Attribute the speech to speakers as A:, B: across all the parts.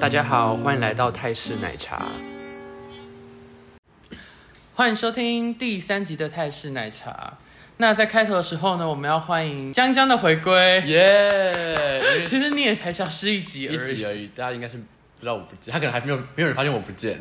A: 大家好，欢迎来到泰式奶茶。
B: 欢迎收听第三集的泰式奶茶。那在开头的时候呢，我们要欢迎江江的回归。
C: 耶、
B: 其实你也才消失一集啊
C: 一
B: 而已
C: 集，而已，大家应该是不知道我不见，他可能还没有没有人发现我不见，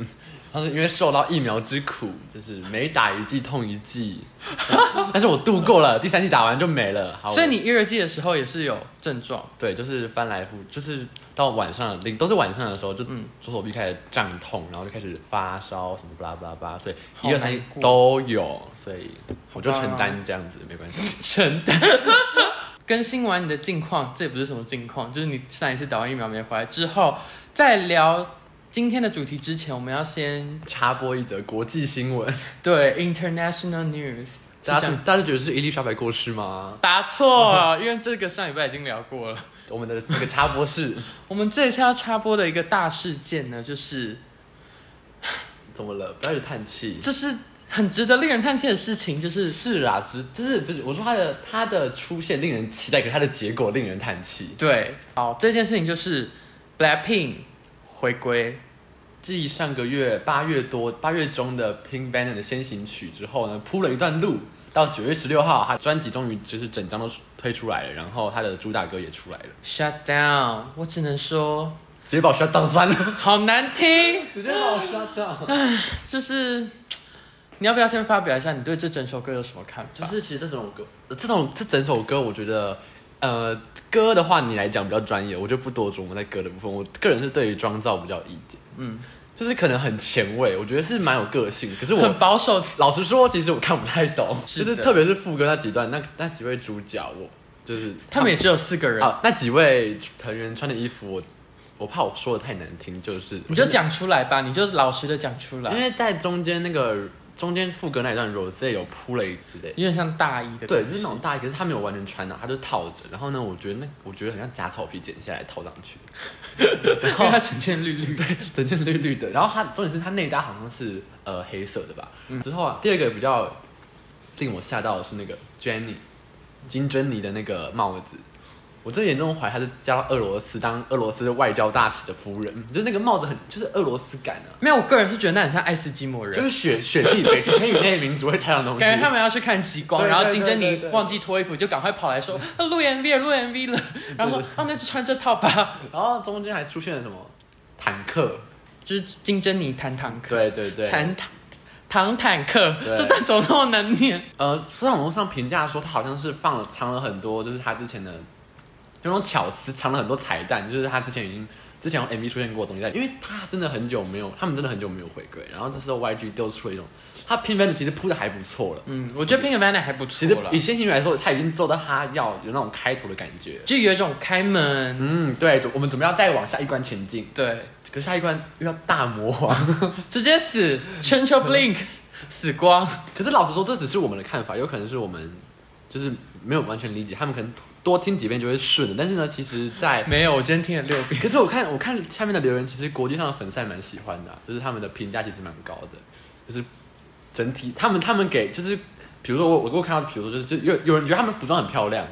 C: 他是因为受到疫苗之苦，就是每打一剂痛一剂， 但是我度过了，第三剂打完就没了。好，
B: 所以你
C: 我
B: 一二季的时候也是有症状。
C: 对，就是翻来覆，就是到晚上的都是晚上的时候，就
B: 嗯
C: 左手臂开始胀痛，然后就开始发烧什么巴拉巴拉巴拉，所以
B: 好
C: 一二三
B: 难过
C: 都有，所以我就
B: 好吧
C: 承担这样子，没关系。
B: 承担。 更新完你的近况，这也不是什么近况，就是你上一次打完疫苗没回来之后，在聊今天的主题之前，我们要先
C: 插播一则国际新闻，
B: 对 international news 是这
C: 大家是
B: 样。嗯
C: 大家觉得是伊丽莎白过世吗？
B: 答错了，因为这个上礼拜已经聊过了。
C: 我们的那个插播是
B: 我们这一次要插播的一个大事件呢，就是
C: 怎么了？不要一直叹气。
B: 这是很值得令人叹气的事情，就是
C: 是啊，只就是不是我说他的他的出现令人期待，可是他的结果令人叹气。
B: 对，好，这件事情就是 Blackpink 回归，
C: 继上个月八月多八月中的 Pink Venom 的先行曲之后呢，铺了一段路，到九月十六号，他专辑终于就是整张都推出来了，然后他的主打歌也出来了，
B: Shut down，我只能说
C: 直接把我 shut down 翻了，
B: 好难听，
C: 直接把我 shut down。
B: 就是你要不要先发表一下你对这整首歌有什么看
C: 就
B: 法？
C: 是其实这种歌，呃这种这整首歌，我觉得。呃，歌的话你来讲比较专业，我就不多琢磨在歌的部分。我个人是对于妆造比较有意见，
B: 嗯，
C: 就是可能很前卫，我觉得是蛮有个性。可是我
B: 很保守，
C: 老实说，其实我看不太懂，
B: 是
C: 就
B: 的
C: 是特别是副歌那几段，那那几位主角，我就是
B: 他们也只有四个人，
C: 啊，那几位成员穿的衣服，我我怕我说的太难听，就是
B: 你就，讲出来吧，你就老实的讲出
C: 因
B: 来，
C: 为在中间那个中间副歌那一段 Rose 有铺了一之类的。
B: 有点像大一的
C: 对，
B: 东
C: 就是
B: 西
C: 那种大衣，可是他没有完全穿到，啊他就套着。然后呢，我觉得那我觉得很像假草皮剪下来套上去，
B: 因为它呈现绿绿的，
C: 整件绿绿的。然后它重点是它内搭好像是呃黑色的吧。
B: 嗯
C: 之后啊，第二个比较令我吓到的是那个 Jenny 金珍妮的那个帽子，我真的严重怀疑她是嫁到俄罗斯当俄罗斯外交大使的夫人，就是那个帽子很就是俄罗斯感啊，
B: 没有，我个人是觉得那很像爱斯基摩
C: 就
B: 人。
C: 是雪雪地北极圈以内的民族会穿上的东西。
B: 感觉他们要去看极光，
C: 对
B: 然后
C: 对
B: 金珍
C: 对
B: 妮
C: 对对
B: 忘记脱衣服，就赶快跑 来说：“啊录 MV 了，录 MV 了。”然后说：“啊，那就穿这套 吧。
C: 然后中间还出现了什么坦克，”
B: 就是金珍妮弹坦克，
C: 对对对，
B: 弹坦唐坦克，
C: 对
B: 这段怎么那么难念？
C: 呃，市场网络上评价说，他好像是放了藏了很多，就是他之前的那种巧思，藏了很多彩蛋，就是他之前已经之前有 MV 出现过的东西在，因为他真的很久没有，他们真的很久没有回归，然后这时候 YG 丢出了一种，他评分其实铺的还不错了，
B: 嗯，我觉得 Pink Vanna 还不
C: 其
B: 错
C: 实
B: 了
C: 以，先行来说，他已经做到他要有那种开头的感觉。
B: 就有一种开门，
C: 嗯，对，我们准备要再往下一关前进，
B: 对，
C: 可是下一关遇到大魔王。
B: 直接死，全球 blink
C: 嗯
B: 死光，
C: 可是老实说，这只是我们的看法，有可能是我们就是没有完全理解，他们可能多听几遍就会顺的。但是呢，其实在，
B: 没有，我今天听了六 遍。
C: 可是我看我看下面的留言，其实国际上的粉丝还蛮喜欢的啊、就是他们的评价其实蛮高的，就是整体他们他们给就是，比如说我我我看到，比如说就是就有有人觉得他们服装很漂亮。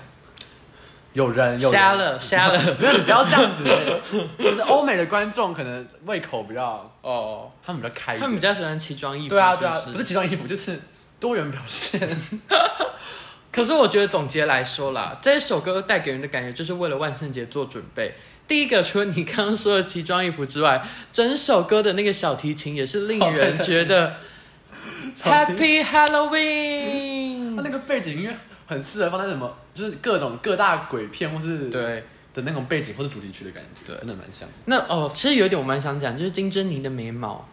C: 有人有人
B: 瞎了瞎了
C: 不要你不要这样子。 就是欧美的观众可能胃口比较，
B: 哦，
C: 他们比较开一点，
B: 他们比较喜欢奇装异服，
C: 对啊，对啊，
B: 是
C: 不
B: 不
C: 是
B: 是
C: 奇装异服，就是多元表现。
B: 可是我觉得总结来说啦，这首歌带给人的感觉就是为了万圣节做准备。第一个，除了你刚刚说的奇装异服之外，整首歌的那个小提琴也是令
C: 哦对
B: 人
C: 对
B: 觉得
C: 哦小提
B: Happy
C: 它
B: Halloween。
C: 那个背景音乐很适合放在什么，就是各种各大鬼片或是
B: 对，
C: 的那种背景或是主题曲的感觉，
B: 对
C: 真的蛮像的。
B: 那哦，其实有一点我蛮想讲，就是金珍妮的眉毛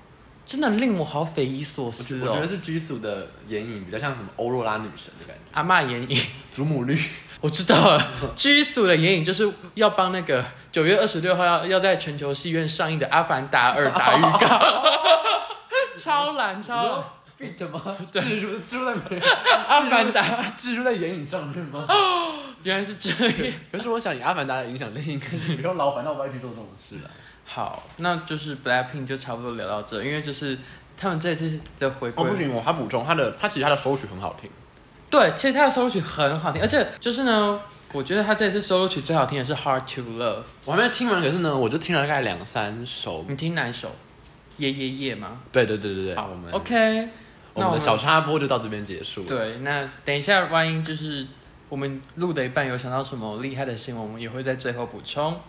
B: 真的令我好匪夷所
C: 我
B: 思
C: 觉我
B: 哦
C: 觉。得是居宿的眼影比较像什么欧若拉女神的感觉，
B: 阿嬷眼影，
C: 祖母绿。
B: 我知道了，居宿的眼影就是要帮那个九月二十六号要要在全球戏院上映的《阿凡达二》打预告， 超懒超懒。
C: fit 吗？植入植入在没有
B: 阿凡达
C: 植入在眼影上面吗？
B: 原来是这样。
C: 可是我想以阿凡达的影响力，应该是不要劳烦到 YG 做这种事了。
B: 好，那就是 Blackpink 就差不多聊到这，因为就是他们这次的回
C: 哦，不
B: 归，
C: 行，我还补充，他的他其实他的收曲很好听，
B: 对，其实他的收曲很好听，而且就是呢，我觉得他这次收录曲最好听的是《Hard to Love》，
C: 我还没听完，可是呢，我就听了大概两三首。
B: 你听哪一首？耶耶耶吗？
C: 对对对对对，
B: 好
C: 我们
B: ，OK，
C: 我们的小插播就到这边结束。，
B: 对，那等一下，万一就是我们录的一半有想到什么厉害的新闻，我们也会在最后补充。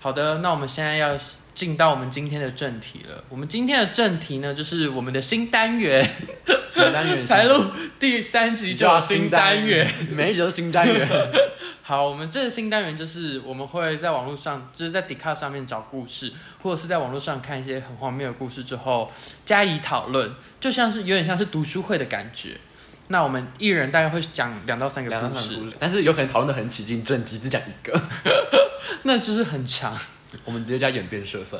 B: 好的，那我们现在要进到我们今天的正题了。我们今天的正题呢，就是我们的新单元，
C: 新单元
B: 才录第三集就有新单元。，
C: 每一集都是新单元。
B: 好，我们这个新单元就是我们会在网络上，就是在 d 卡上面找故事，或者是在网络上看一些很荒谬的故事之后加以讨论，就像是有点像是读书会的感觉。那我们一人大概会讲两到三个
C: 两
B: 故
C: 三
B: 事，
C: 场故事，但是有可能讨论的很起劲，正题只讲一个，
B: 那就是很长。
C: 我们直接叫演变社算。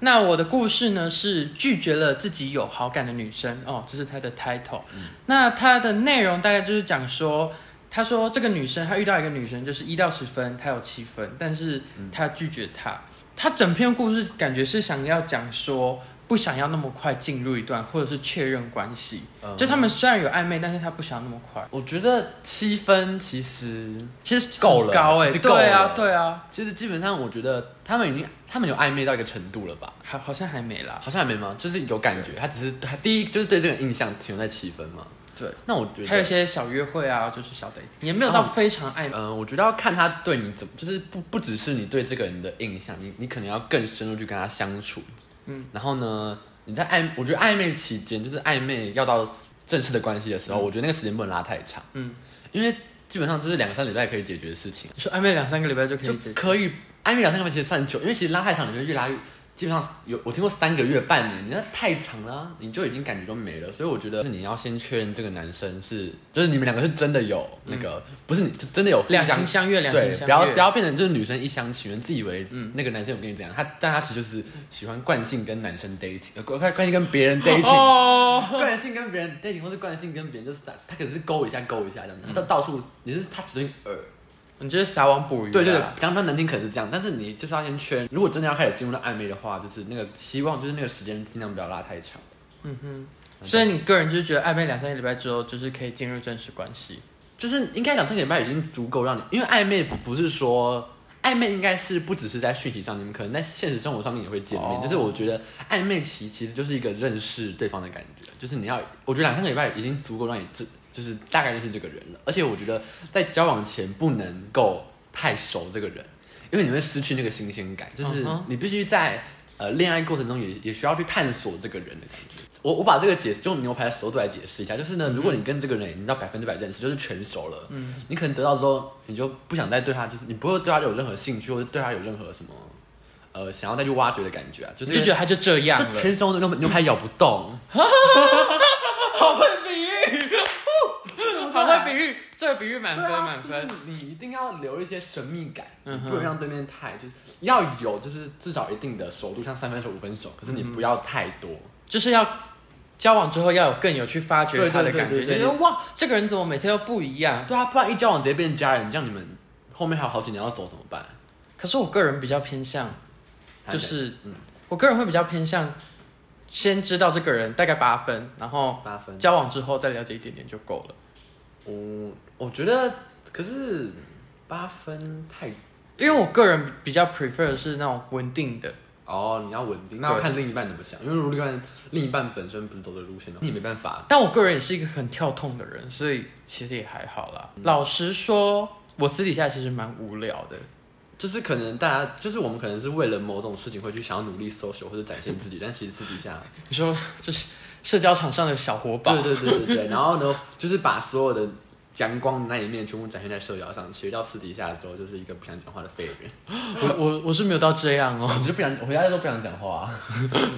B: 那我的故事呢是拒绝了自己有好感的女生哦，这是她的 title。那
C: 嗯
B: 她的内容大概就是讲说，她说这个女生她遇到一个女生就是一到十分，她有七分，但是
C: 嗯
B: 她拒绝她。她整篇故事感觉是想要讲说，不想要那么快进入一段或者是确认关系，
C: 嗯
B: 就他们虽然有暧昧，但是她不想要那么快。
C: 我觉得七分其实
B: 其实很
C: 够了
B: 高哎、
C: 其实够
B: 对啊
C: 了，
B: 对啊，
C: 其实基本上我觉得他们已经他们有暧昧到一个程度了吧？
B: 好好像还没啦。
C: 好像还没吗？就是有感觉，他只是他第一就是对这个印象停留在七分嘛。
B: 对，
C: 那我觉得
B: 还有一些小约会啊，就是小 d a 也没有到
C: 哦
B: 非常暧昧。
C: 嗯，我觉得要看他对你怎么，就是不不只是你对这个人的印象，你你可能要更深入去跟他相处。
B: 嗯，
C: 然后呢，你在暧，我觉得暧昧期间，就是暧昧要到正式的关系的时候，我觉得那个时间不能拉太长，
B: 嗯，
C: 因为基本上就是两三礼拜可以解决的事情，
B: 你说暧昧两三个礼拜就可以
C: 就
B: 解决？
C: 可以暧昧两三个礼拜其实算久，因为其实拉太长，你就越拉越。基本上有我听过三个月、半年，你那太长了啊、你就已经感觉都没了。所以我觉得嗯是你要先确认这个男生是，嗯就是你们两个是真的有那个，不是你就真的有互
B: 两
C: 相
B: 情相悦，两情
C: 对，
B: 相悦。
C: 不要不要变成就是女生一厢情愿，自以为那个男生有跟你怎样，他但他其实就是喜欢惯性跟男生 dating，呃惯惯惯性跟别 人 dating，
B: 哦，
C: 惯性跟别人 dating 或是惯性跟别人就是他他可能是勾一下勾一下这样子，到到处你是他只对你饵，
B: 你就是撒网捕鱼啊。
C: 对对对，刚刚难听可能是这样，但是你就是要先确认，如果真的要开始进入到暧昧的话，就是那个希望就是那个时间尽量不要拉太长。
B: 所以你个人就是觉得暧昧两三个礼拜之后，就是可以进入正式关系。
C: 嗯就是应该两三个礼拜已经足够让你，因为暧昧不是说暧昧应该是不只是在讯息上，你们可能在现实生活上面也会见面。
B: 哦
C: 就是我觉得暧昧期其实就是一个认识对方的感觉，就是你要，我觉得两三个礼拜已经足够让你这就是大概认识这个人了。而且我觉得在交往前不能够太熟这个人，因为你会失去那个新鲜感，就是
B: 嗯哼
C: 你必须在。呃，恋爱过程中也也需要去探索这个人的感觉。我我把这个解释用牛排的熟度来解释一下，就是呢，如果你跟这个人已经到百分之百认识，就是全熟了，嗯，你可能得到之后，你就不想再对他，就是你不会对他有任何兴趣，或者对他有任何什么，呃，想要再去挖掘的感觉啊，就是
B: 你
C: 因为
B: 就觉得他就这样
C: 就
B: 了。
C: 全熟的牛牛排咬不动，
B: 好会比喻，好会比喻，这个比喻满分满
C: 啊对啊
B: 分。
C: 就是你一定要留一些神秘感，你
B: 嗯哼
C: 不能让对面太就是要有，就是至少一定的熟度，像三分熟、五分熟，可是你不要太多。
B: 就是要交往之后要有更有去发掘他的感觉，
C: 对对对对
B: 你
C: 对
B: 觉得哇，这个人怎么每天都不一样？
C: 对啊，不然一交往直接变家人，这样你们后面还有好几年要走怎么办？
B: 可是我个人比较偏向，就是
C: 嗯
B: 我个人会比较偏向先知道这个人大概八分，然后
C: 八分。
B: 交往之后再了解一点点就够了。
C: 我我觉得，可是八分太
B: 因为我个人比较 prefer 的是那种稳定的，
C: 哦，你要稳定，那
B: 对
C: 要看另一半怎么想，因为如果另一半另一半本身不是走的路线的话，你没办法。
B: 但我个人也是一个很跳痛的人，所以其实也还好啦。
C: 嗯
B: 老实说，我私底下其实蛮无聊的，
C: 就是可能大家，就是我们可能是为了某种事情会去想要努力 social 或者展现自己， 但其实私底下
B: 你说就是社交场上的小活宝
C: 对，对对对对，然后呢，就是把所有的阳光的那一面全部展现在社交上，其实到私底下之后，就是一个不想讲话的废人。
B: 我我我是没有到这样 哦，
C: 我就不想，我回家都不想讲话、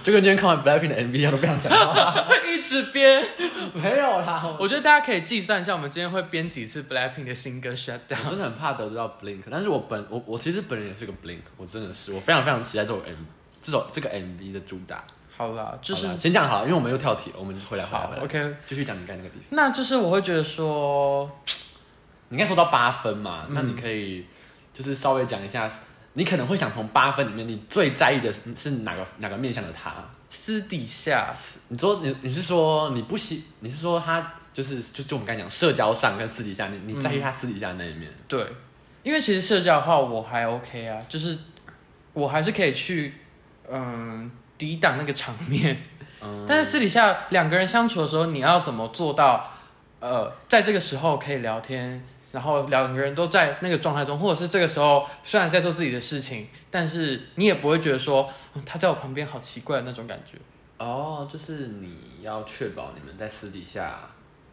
C: 就跟今天看完 Blackpink 的 MV 一样，都不想讲话。
B: 一直编。
C: 没有啦，我
B: 我觉得大家可以计算一下，我们今天会编几次 Blackpink 的新歌 Shut
C: 我
B: Down。
C: 真的很怕得罪到 Blink，但是我本我我其实本人也是个 Blink，我真的是我非常非常期待这首 M 这首这个 MV 的主打。
B: 好啦，就是
C: 好啦先讲好了，因为我们又跳题了，我们回来回来
B: 好
C: 回来
B: OK，
C: 继续讲你刚才那个地方。
B: 那就是我会觉得说，
C: 你应该说到八分嘛，那你可以就是稍微讲一下，你可能会想从八分里面，你最在意的是哪个哪个面向的他？
B: 私底下
C: 你说你你是说你不喜，你是说他就是就就我们刚才讲社交上跟私底下，你你在意他私底下那一面，
B: 对，因为其实社交的话我还 OK 啊，就是我还是可以去嗯抵挡那个场面，
C: 嗯，
B: 但是私底下两个人相处的时候，你要怎么做到呃在这个时候可以聊天，然后两个人都在那个状态中，或者是这个时候虽然在做自己的事情，但是你也不会觉得说、嗯他在我旁边好奇怪的那种感觉。
C: 哦，就是你要确保你们在私底下，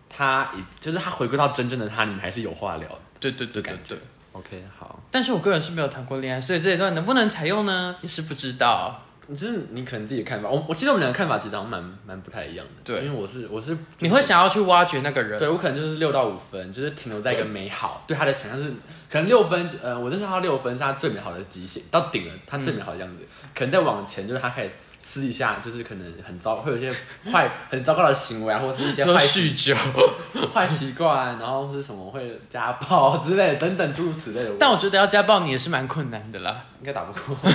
C: 他已就是他回归到真正的他，你们还是有话聊的。
B: 对对
C: 对对
B: 对。
C: OK，好，
B: 但是我个人是没有谈过恋爱，所以这一段能不能采用呢，也是不知道。
C: 就是你可能自己的看法，我我记得我们两个看法其实好像蛮蛮不太一样的。
B: 对
C: 因为我是我是
B: 你会。想要去挖掘那个
C: 对，
B: 人，
C: 我可能就是六到五分，就是停留在一个美
B: 嗯
C: 好，对他的想象是可能六分，呃，我认识他六分是他最美好的极限，到顶了，他最美好的样子。
B: 嗯
C: 可能再往前，就是他开始私底下，就是可能很糟，会有一些坏、很糟糕的行为啊，或者是一些
B: 喝
C: 坏
B: 酗酒。
C: 坏习惯，然后是什么会家暴之类的等等诸如此类的。
B: 但我觉得要家暴你也是蛮困难的啦。
C: 应该打不过。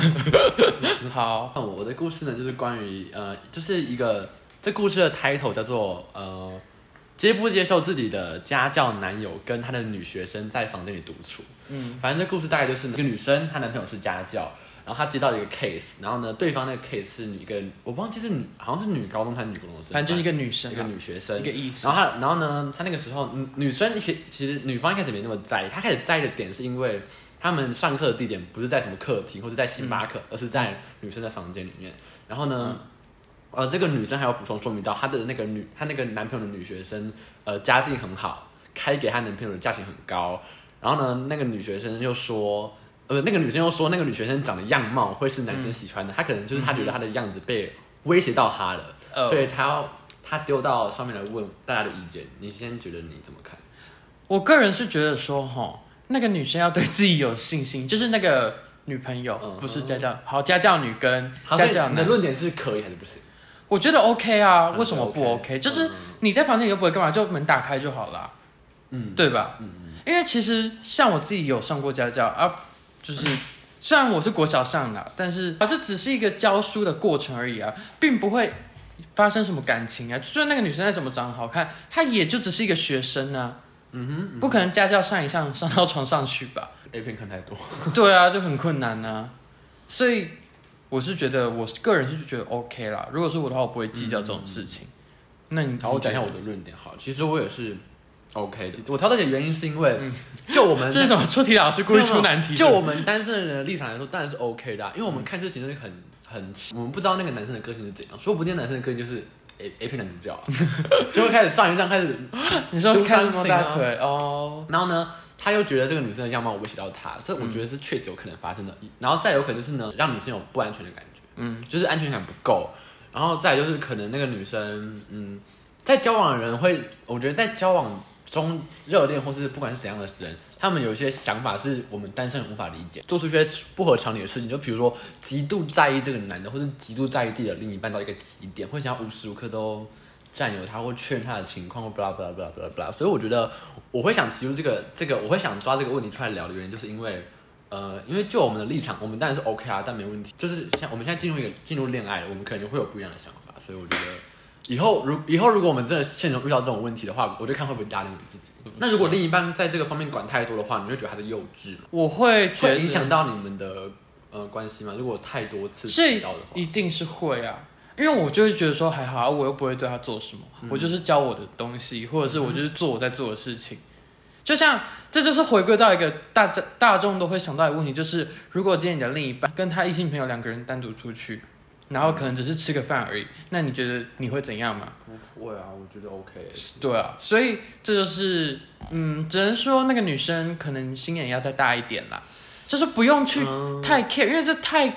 B: 好，
C: 那我的故事呢，就是关于呃，就是一个这故事的 title 叫做呃，接不接受自己的家教男友跟他的女学生在房间里独处。
B: 嗯，
C: 反正这故事大概就是一个女生，她男朋友是家教，然后她接到一个 case，然后呢，对方那个 case 是女一个，我忘记是女，好像是女高中还是女高中生，
B: 反正就是一个女生
C: 一
B: 啊，
C: 个女学生，
B: 一个意思
C: 然后她，然后呢，她那个时候嗯女女生其其实女方一开始没那么在意，她开始在意的点是因为他们上课的地点不是在什么客厅或者在星巴克，
B: 嗯
C: 而是在女生的房间里面。然后呢，呃，这个女生还有补充说明到她的那个女，她那个男朋友的女学生，呃，家境很好，开给她男朋友的价钱很高。然后呢，那个女学生又说。呃，那个女生又说，那个女学生长得样貌会是男生喜欢的，她可能就是她觉得她的样子被威胁到她了，
B: 哦
C: 所以她要他丢到上面来问大家的意见，你先觉得你怎么看？
B: 我个人是觉得说，吼，那个女生要对自己有信心，就是那个女朋友，
C: 嗯
B: 不是家教，好家教女跟家
C: 所以
B: 教
C: 你
B: 男
C: 的，论点是可以还是不行？
B: 我觉得 OK 啊，
C: 嗯
B: 为什么不
C: OK，
B: OK？就是你在房间里又不会干嘛，就门打开就好了，
C: 嗯，
B: 对吧？
C: 嗯
B: 因为其实像我自己有上过家教啊，就是。虽然我是国小上的啊，但是啊，这只是一个教书的过程而已啊，并不会发生什么感情啊。就算那个女生再怎么长得好看，她也就只是一个学生啊，
C: 嗯哼嗯
B: 不可能家教上一上上到床上去吧？
C: ，A 片看太多，
B: 对啊，就很困难呐、所以我是觉得，我个人是觉得 OK 啦。如果是我的话，我不会计较这种事情。那你
C: 好，我讲一下
B: 嗯我
C: 我的论点。好，其实我也是 OK 的。我挑这些原因是因为，就 我们
B: 这是什么？出题老师故意出难题？
C: 就我们单身人的立场来说，当然是 OK 的啊、因为我们看事情是很很奇，我们不知道那个男生的个性是怎样，说不定男生的个性就是 A A 片男主角啊、 就会开始上一上开始
B: 你说
C: 就
B: 看
C: 是
B: 什么
C: something
B: 大
C: 啊
B: 腿哦？
C: 然后呢，他又觉得这个女生的样貌威胁到他，这我觉得是确实有可能发生的。然后再有可能就是呢，让女生有不安全的感觉，
B: 嗯，
C: 就是安全感不够。然后再来就是可能那个女生，嗯，在交往的人会，我觉得在交往中热恋或是不管是怎样的人，他们有一些想法是我们单身人无法理解，做出一些不合常理的事情。就比如说极度在意这个男的，或是极度在意自己的另一半到一个极点，会想要无时无刻都占有他，或确认他的情况，或 blah blah blah blah blah。所以我觉得我会想提出这个这个，我会想抓这个问题出来聊的原因，就是因为。呃，因为就我们的立场，我们当然是 OK 啊，但没问题。就是像我们现在进入一个进入恋爱了，我们可能就会有不一样的想法，所以我觉得以后如以后如果我们真的现实中遇到这种问题的话，我就看会不会搭理我们自己。那如果另一半在这个方面管太多的话，你会觉得他是幼稚吗？
B: 我会觉
C: 会
B: 得
C: 影响到你们的呃关系吗？如果太多次
B: 这
C: 提到的话，
B: 一定是会啊，因为我就会觉得说还好啊，我又不会对他做什么，
C: 嗯
B: 我就是教我的东西，或者是我就是做我在做的事情。就像这就是回归到一个大家大众都会想到的问题，就是如果今天你的另一半跟他异性朋友两个人单独出去，然后可能只是吃个饭而已，那你觉得你会怎样嘛？
C: 不会啊，我觉得 OK。
B: 对啊，所以这就是嗯，只能说那个女生可能心眼要再大一点啦，就是不用去
C: 嗯
B: 太 care，因为这太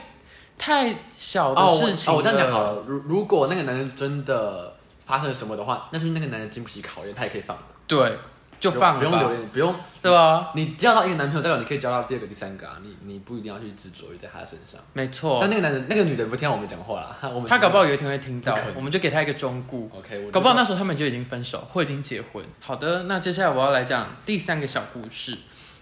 B: 太小的
C: 哦，我
B: 事情
C: 哦，我这样讲好
B: 了
C: 了。如如果那个男人真的发生了什么的话，那是那个男人经不起考验，他也可以放了，
B: 对，就放
C: 不
B: 了
C: 用留
B: 吧，
C: 恋，不用
B: 对啊吧？
C: 你交到一个男朋友，代表你可以交到第二个、第三个啊，你你不一定要去执着于在他身上。
B: 没错
C: 但，那个男人，那个女的不听我们讲话啦，我们
B: 他搞不好有一天会听到
C: 不可，能
B: 我们就给他一个忠告。
C: OK，我
B: 搞不好
C: 那
B: 那时候他们就已经分手或已经结婚。好的，那接下来我要来讲第三个小故事。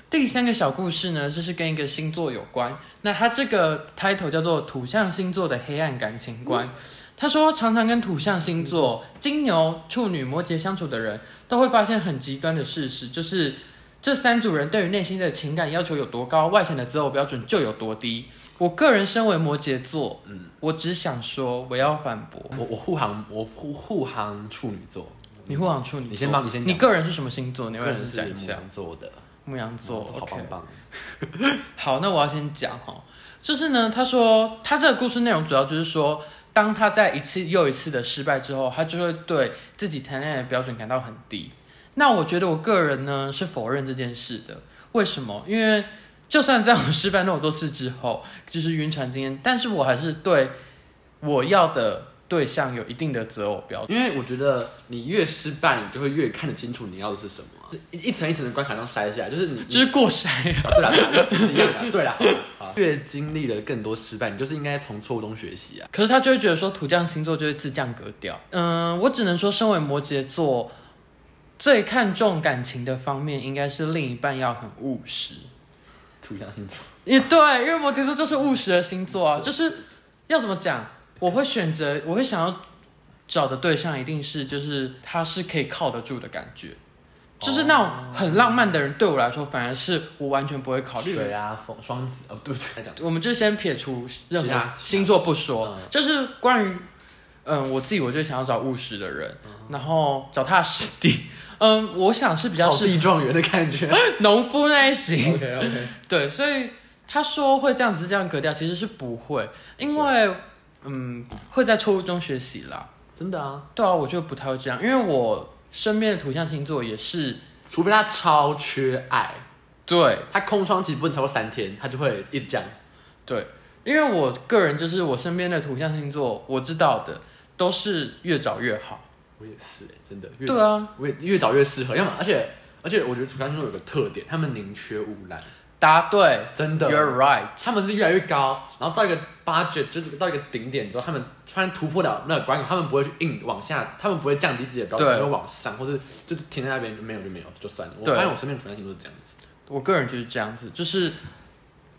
B: 第三个小故事呢，就是跟一个星座有关。那它这个 title 叫做《土象星座的黑暗感情观》。
C: 嗯
B: 他说，常常跟土象星座金牛、处女、摩羯相处的人，都会发现很极端的事实，就是这三组人对于内心的情感要求有多高，外显的择偶标准就有多低。我个人身为摩羯座，嗯，我只想说，我要反驳。
C: 我我护航我护护航处女座，
B: 你护航处女座，
C: 你先帮你先讲
B: 你个人是什么星座？你
C: 个
B: 要不要
C: 人是
B: 讲一
C: 母
B: 下？
C: 羊座的，哦
B: 牧羊座，
C: 好
B: OK
C: 棒棒。
B: 好，那我要先讲哈，就是呢，他说他这个故事内容主要就是说，当他在一次又一次的失败之后，他就会对自己谈恋爱的标准感到很低。那我觉得我个人呢是否认这件事的，为什么？因为就算在我失败那么多次之后，就是晕船经验，但是我还是对我要的对象有一定的择偶标准。
C: 因为我觉得你越失败，你就会越看得清楚你要的是什么，一一层一层的关卡这样筛下来，就是你啊
B: 就是过筛，
C: 对 啦，对啦一样的，对啦， 好越经历了更多失败，你就是应该从错误中学习啊。
B: 可是他就会觉得说土象星座就会自降格调。嗯，我只能说，身为摩羯座，最看重感情的方面应该是另一半要很务实。
C: 土象星座，
B: 也对，因为摩羯座就是务实的星座啊，就是要怎么讲，我会选择，我会想要找的对象一定是就是他是可以靠得住的感觉。就是那种很浪漫的人，对我来说反而是我完全不会考虑的
C: 水啊，风双子，哦，对不对？讲
B: 我们就先撇除任
C: 其
B: 何
C: 他其他
B: 星座不说
C: 嗯，
B: 就是关于，嗯，我自己我就想要找务实的人，
C: 嗯
B: 然后脚踏实地， 嗯，我想是比较
C: 草
B: 是
C: 地状元的感 觉。
B: 农夫那一型，
C: OK OK，
B: 对，所以他说会这样子这样格调，其实是不会，因为嗯会在错误中学习啦。
C: 真的啊，
B: 对啊，我就不太会这样，因为我身边的土象星座也是
C: 除非他超缺爱，
B: 对，
C: 他空窗期不能超过三天，他就会一直这样。
B: 对，因为我个人就是我身边的土象星座，我知道的都是越早越好。
C: 我也是、欸，真的。越
B: 对啊，
C: 我也越早越适合，要么而且而且我觉得土象星座有个特点，他们宁缺毋滥，
B: 答对
C: 真的。
B: ，You're right。
C: 他们是越来越高，然后到一个 budget 就是到一个顶点之后，他们突然突破了那个关口，他们不会去硬往下，他们不会降低自己的标准，
B: 对
C: 不会往上，或是就是停在那边没有就没有就算了。我
B: 对
C: 发现我身边的土象星座是这样子，
B: 我个人就是这样子，就是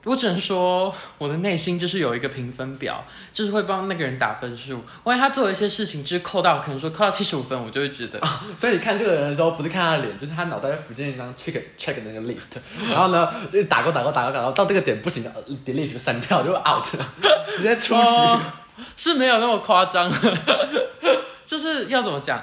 B: 我只能说我的内心就是有一个评分表，就是会帮那个人打分数。万一他做了一些事情，就是扣到可能说扣到七十五分，我就会觉得
C: 所以你看这个人的时候，不是看他的脸，就是他脑袋在浮现一张 check check 的那个 list，然后呢就是打勾打勾打勾打勾，到这个点不行了，delete 就删掉就 out，直 接出局。
B: 哦 是没有那么夸张， 就是要怎么讲，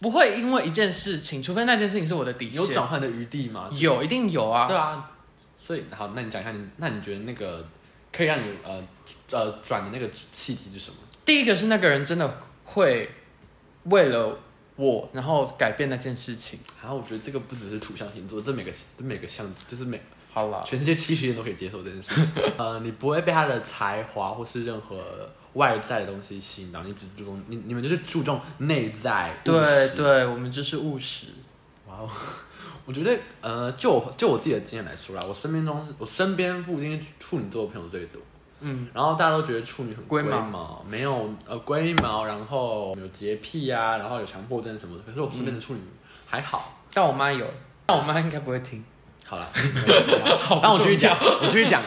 B: 不会因为一件事情，除非那件事情是我的底
C: 有
B: 线
C: 转，换的余地吗？
B: 有一定有啊
C: 对。啊，所以好，那你讲一下你，那你觉得那个可以让你呃呃转的那个契机是什么？
B: 第一个是那个人真的会为了我，然后改变那件事情。
C: 然后我觉得这个不只是土象星座，这每个这每个象就是每
B: 好了，
C: 全世界七十人都可以接受这件事情。 呃，你不会被他的才华或是任何外在的东西吸引到，你只注重你你们就是注重内在。
B: 对
C: 务实。
B: 对，我们就是务实。
C: 哇哦， 我觉得呃，就我就我自己的经验来说啦，我身边中我身边附近处女座的朋友最多。
B: 嗯，
C: 然后大家都觉得处女很
B: 龟
C: 龟
B: 毛
C: 毛，没有呃龟毛，然后有洁癖啊，然后有强迫症什么的。可是我身边
B: 嗯
C: 的处女还好，
B: 但我妈有，但我妈应该不会听。
C: 好 啦，没有啦
B: 好
C: 那我
B: 不
C: 继续
B: 重要
C: 讲，我继续讲。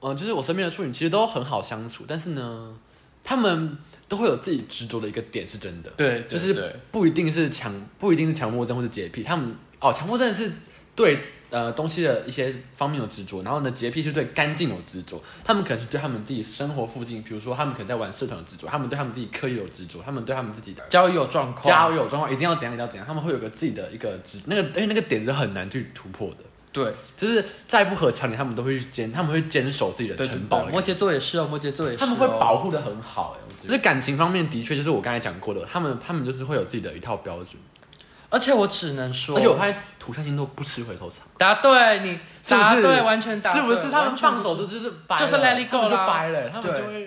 C: 嗯、就是我身边的处女其实都很好相处，但是呢，他们都会有自己执着的一个点，是真的。
B: 对，
C: 就
B: 对
C: 是
B: 对
C: 不一定是强，不一定是强迫症或者洁癖，他们哦，强迫症是对呃东西的一些方面有执着，然后呢，洁癖是对干净有执着，他们可能是对他们自己生活附近，比如说他们可能在玩社团有执着，他们对他们自己课业有执着，他们对他们自己的
B: 交友状况，
C: 交友状况一定要怎样一定要怎样，他们会有个自己的一个执，那个哎因为那个点是很难去突破的，
B: 对
C: 就是再不合常理，他们都会去坚，他们会坚守自己的
B: 对
C: 城
B: 对
C: 堡
B: 对，
C: 的
B: 摩羯座也是哦，摩羯座也是、
C: 他
B: 哦，
C: 们会保护的很好、哎，我觉得。就是感情方面的确就是我刚才讲过的，他们他们就是会有自己的一套标准，
B: 而且我只能说，
C: 而且我发现土象星座不吃回头草，
B: 答对你
C: 是不
B: 答
C: 是？
B: 对，完全啊答对，
C: 是不是？他
B: 完
C: 们
B: 全
C: 放手
B: 不
C: 就是就是掰了
B: 就是 let it go
C: 他们就
B: 啦
C: 掰了，他们
B: 对
C: 就会，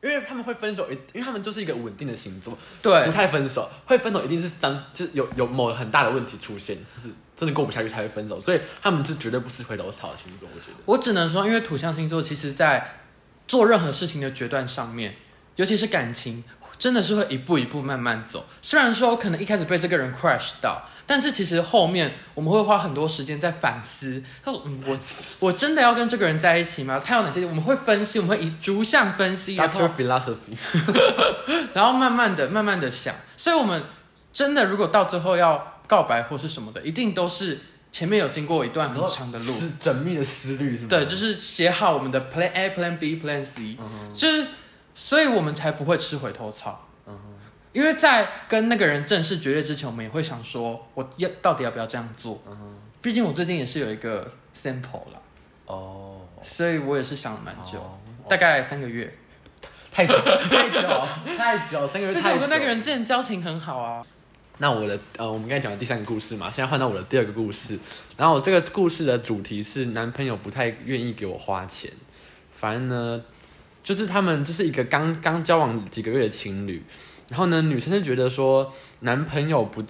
C: 因为他们会分手，一因为他们就是一个稳定的星座，不
B: 对，
C: 太分手，会分手一定是当就是有有某很大的问题出现，就是真的过不下去才会分手，所以他们是绝对不吃回头草的星座，我觉得。
B: 我只能说，因为土象星座其实在做任何事情的决断上面，尤其是感情，真的是会一步一步慢慢走。虽然说可能一开始被这个人 crush 到，但是其实后面我们会花很多时间在反思，他说嗯我我真的要跟这个人在一起吗？他有哪些？我们会分析，我们会以逐项分析，然后
C: Doctor Philosophy，
B: 然后慢慢的、慢慢的想。所以，我们真的如果到最后要告白或是什么的，一定都是前面有经过一段很长的路，
C: 是缜密的思虑是吗？
B: 对，就是写好我们的 Plan A、Plan B、Plan
C: 嗯
B: C，、就是，所以我们才不会吃回头草。
C: 嗯
B: 因为在跟那个人正式决裂之前，我们也会想说，我要到底要不要这样做？
C: 嗯
B: 毕竟我最近也是有一个 sample 啦，
C: 哦，
B: 所以我也是想了蛮久，
C: 哦
B: 大概三个月。
C: 太久太久太久，三个人
B: 但
C: 太
B: 是
C: 久。
B: 我跟那个人之前交情很好啊，
C: 那我的呃，我们刚才讲的第三个故事嘛，现在换到我的第二个故事。然后我这个故事的主题是男朋友不太愿意给我花钱，反正呢，就是他们就是一个刚刚交往几个月的情侣，然后呢，女生就觉得说男朋友不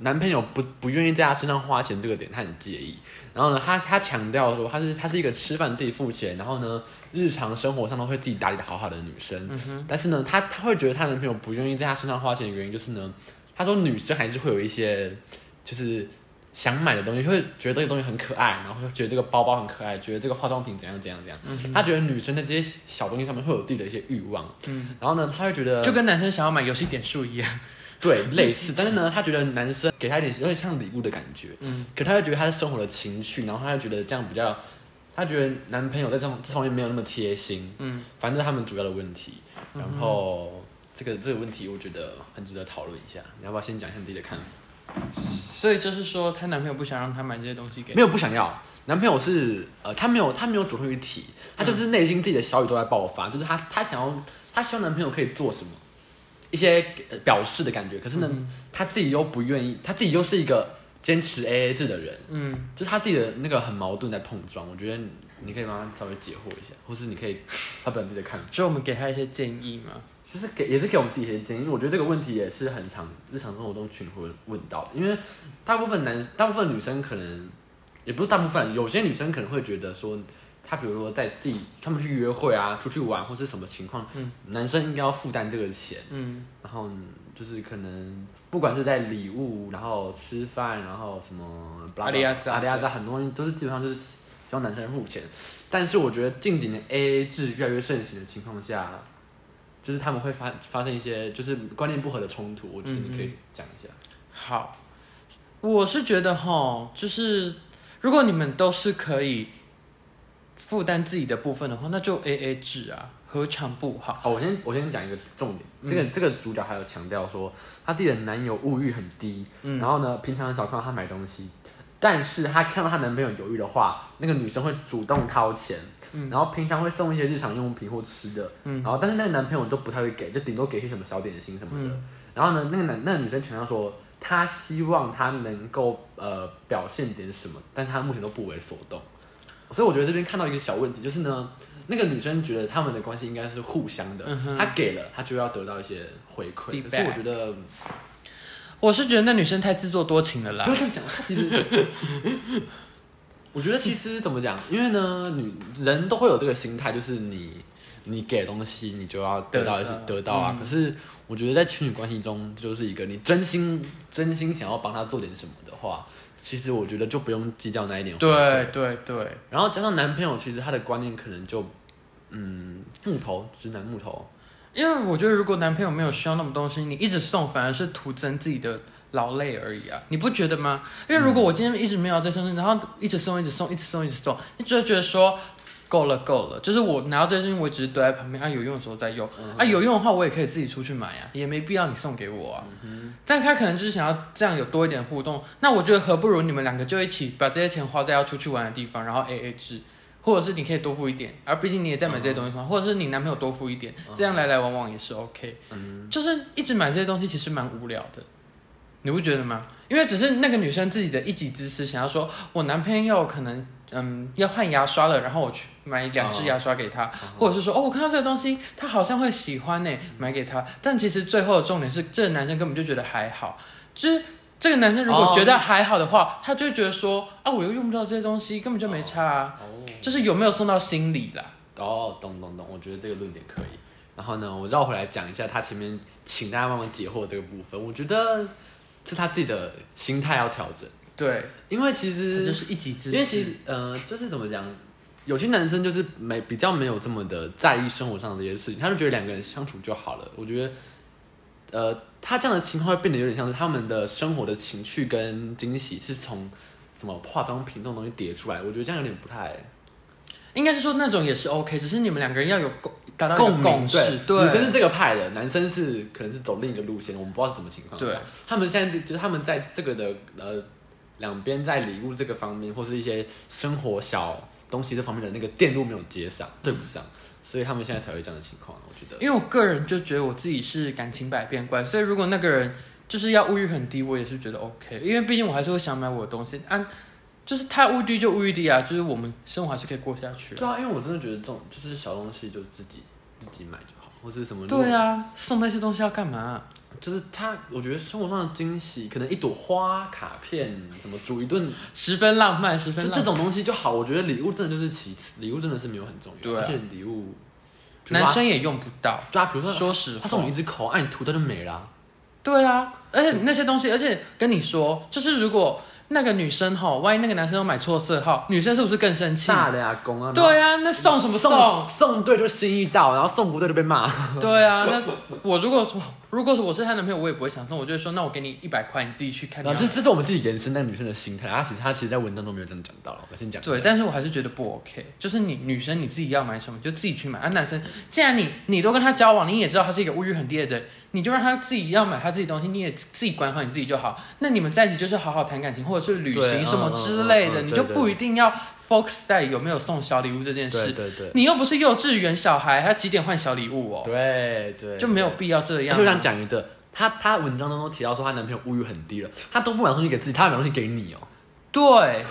C: 男朋友不不愿意在她身上花钱这个点，她很介意。然后呢，她她强调说她是她是一个吃饭自己付钱，然后呢，日常生活上都会自己打理的好好的女生。但是呢，她她会觉得她男朋友不愿意在她身上花钱的原因就是呢。她说女生还是会有一些就是想买的东西，会觉得这个东西很可爱，然后会觉得这个包包很可爱，觉得这个化妆品怎样怎样怎样。她觉得女生在这些小东西上面会有自己的一些欲望，
B: 嗯
C: 然后呢，她会觉得
B: 就跟男生想要买游戏点数一样。
C: 对类似，但是呢，她觉得男生给她一点有点像礼物的感觉，
B: 嗯
C: 可她又觉得她的生活的情趣，然后她又觉得这样比较，她觉得男朋友在这方这方面没有那么贴心，
B: 嗯，
C: 反正是他们主要的问题，然后。这个这个问题，我觉得很值得讨论一下。你要不要先讲一下你自己的看法？
B: 所以就是说，她男朋友不想让她买这些东西给
C: 没有不想要，男朋友是呃，他没有他没有主动去提，他就是内心自己的小宇宙在爆发，就是他他想要他希望男朋友可以做什么，一些、呃表示的感觉，可是
B: 嗯
C: 呢，他自己又不愿意，他自己又是一个坚持 AA 制的人，
B: 嗯，
C: 就是他自己的那个很矛盾在碰撞，我觉得你你可以帮他稍微解惑一下，或是你可以 发表自己的看法，
B: 所以我们给她一些建议嘛。
C: 就是给也是给我们自己一些建议，因为我觉得这个问题也是很常日常生活中群会问到的，因为大部分男大部分女生可能也不是大部分，有些女生可能会觉得说，她比如说在自己他们去约会啊、出去玩或是什么情况，
B: 嗯
C: 男生应该要负担这个钱，
B: 嗯，
C: 然后就是可能不管是在礼物，然后吃饭，然后什么
B: 阿里阿扎
C: 阿里阿扎很多东西都是基本上就是希望男生付钱，但是我觉得近几年 AA 制越来越盛行的情况下。就是他们会发发生一些就是观念不合的冲突，我觉得你
B: 嗯
C: 可以讲一下。
B: 好，我是觉得哈，就是如果你们都是可以负担自己的部分的话，那就 A A 制啊，何尝不好？
C: 好，我先我先讲一个重点，这个、这个主角还有强调说，她自己的男友物欲很低，
B: 嗯
C: 然后呢，平常很少看到她买东西，但是她看到她男朋友犹豫的话，那个女生会主动掏钱，然后平常会送一些日常用品或吃的，
B: 嗯
C: 然后但是那个男朋友都不太会给，就顶多给一些什么小点心什么的。
B: 嗯
C: 然后呢，那个男那个女生强调说，她希望她能够呃表现点什么，但是她目前都不为所动。所以我觉得这边看到一个小问题，就是呢，那个女生觉得他们的关系应该是互相的，
B: 嗯哼
C: 她给了，她就要得到一些回馈。可是
B: Feedback
C: 我觉得
B: 我是觉得那女生太自作多情了
C: 不要
B: 啦。
C: 这样讲，她其实， 我觉得其实怎么讲，因为呢，女人都会有这个心态，就是你你给的东西，你就要得到一些
B: 得到
C: 得到啊。
B: 嗯
C: 可是我觉得在情侣关系中，就是一个你真心真心想要帮他做点什么的话，其实我觉得就不用计较那一点。
B: 对。对对，
C: 然后加上男朋友，其实他的观念可能就，嗯，木头直男木头，
B: 因为我觉得如果男朋友没有需要那么东西，你一直送反而是徒增自己的劳累而已啊，你不觉得吗？因为如果我今天一直没有这些东西，然后一直送一直送一直送一直送，你就会觉得说。够了，够了，就是我拿到这些东西，我只是躲在旁边，啊，有用的时候再用，啊，有用的话我也可以自己出去买啊，也没必要你送给我啊。但他可能就是想要这样有多一点互动，那我觉得何不如你们两个就一起把这些钱花在要出去玩的地方，然后 A A 制，或者是你可以多付一点，而毕竟你也在买这些东西嘛，或者是你男朋友多付一点，这样来来往往也是 OK。就是一直买这些东西其实蛮无聊的，你不觉得吗？因为只是那个女生自己的一己之私，想要说我男朋友可能嗯要换牙刷了，然后我去买两支牙刷给他，或者是说哦我看到这个东西他好像会喜欢呢，买给他。但其实最后的重点是，这个男生根本就觉得还好，就是。这个男生如果
C: 哦
B: 觉得还好的话他就会觉得说啊，我又用不到这些东西，根本就没差啊。
C: 哦
B: 就是有没有送到心里啦。
C: 哦，懂懂懂，我觉得这个论点可以。然后呢，我绕回来讲一下他前面请大家帮忙解惑这个部分，我觉得是他自己的心态要调整，
B: 对，
C: 因为其
B: 他
C: 实
B: 就是一己之私，
C: 因为其实呃，就是怎么讲，有些男生就是没比较没有这么的在意生活上的这些事情，他就觉得两个人相处就好了。我觉得，呃，他这样的情况会变得有点像是他们的生活的情趣跟惊喜是从什么化妆品这种东西叠出来，我觉得这样有点不太
B: 应该是说那种也是 OK，只是你们两个人要有共达到一个
C: 鸣
B: 共识，对，
C: 女生是这个派的，男生是可能是走另一个路线，我们不知道是什么情况。
B: 对，
C: 他们现在就是他们在这个的呃两边在礼物这个方面，或是一些生活小东西这方面的那个电路没有接上，对不上，所以他们现在才会这样的情况。我觉得，
B: 因为我个人就觉得我自己是感情百变怪，所以如果那个人就是要物欲很低，我也是觉得 OK，因为毕竟我还是会想买我的东西啊，就是太物欲低就物欲低啊，就是我们生活还是可以过下去、啊。
C: 对啊，因为我真的觉得这种就是小东西就自己自己买就好，或者什么
B: 对，啊，送那些东西要干嘛、
C: 就是他，我觉得生活上的惊喜，可能一朵花、卡片，什么煮一顿
B: 十分浪漫，十分
C: 就
B: 浪漫。
C: 这种东西就好，我觉得礼物真的就是其次，礼物真的是没有很重要。
B: 对啊
C: 而且礼物，比如说
B: 男
C: 他
B: 生也用不到。
C: 对啊，比如说
B: 说实
C: 他
B: 话，
C: 送你一支口红，啊，你涂它就没了。
B: 对啊，而且那些东西，而且跟你说，就是如果那个女生哈，万一那个男生又买错色号，女生是不是更生气？
C: 大的呀，公啊，
B: 对啊，那送什么
C: 送
B: 送？
C: 送对就心意到，然后送不对就被骂。
B: 对啊，那我如果说，如果我是她男朋友，我也不会想送，我就会说，那我给你一百块，你自己去看你
C: 然
B: 要
C: 后啊这这是我们自己延伸那女生的心态，她其实她其实在文章中没有这样讲到。我先讲，
B: 对，但是我还是觉得不 OK，就是你女生你自己要买什么就自己去买，啊，男生既然你你都跟他交往，你也知道他是一个物欲很低的人，你就让他自己要买他自己东西，你也自己管好你自己就好。那你们在一起就是好好谈感情，或者是旅
C: 对
B: 行
C: 嗯
B: 什么
C: 嗯
B: 之
C: 嗯
B: 类的，
C: 嗯
B: 你
C: 对
B: 就
C: 对
B: 不一定要 focus 在有没有送小礼物这件
C: 对
B: 事。
C: 对对
B: 你又不是幼稚园小孩，还要几点换小礼物哦，
C: 对对，
B: 就没有必要这
C: 而
B: 样
C: 且我
B: 啊。
C: 想讲一个，她她文章当中提到说她男朋友物欲很低了，她都不买东西给自己，她还买东西给你哦，
B: 对，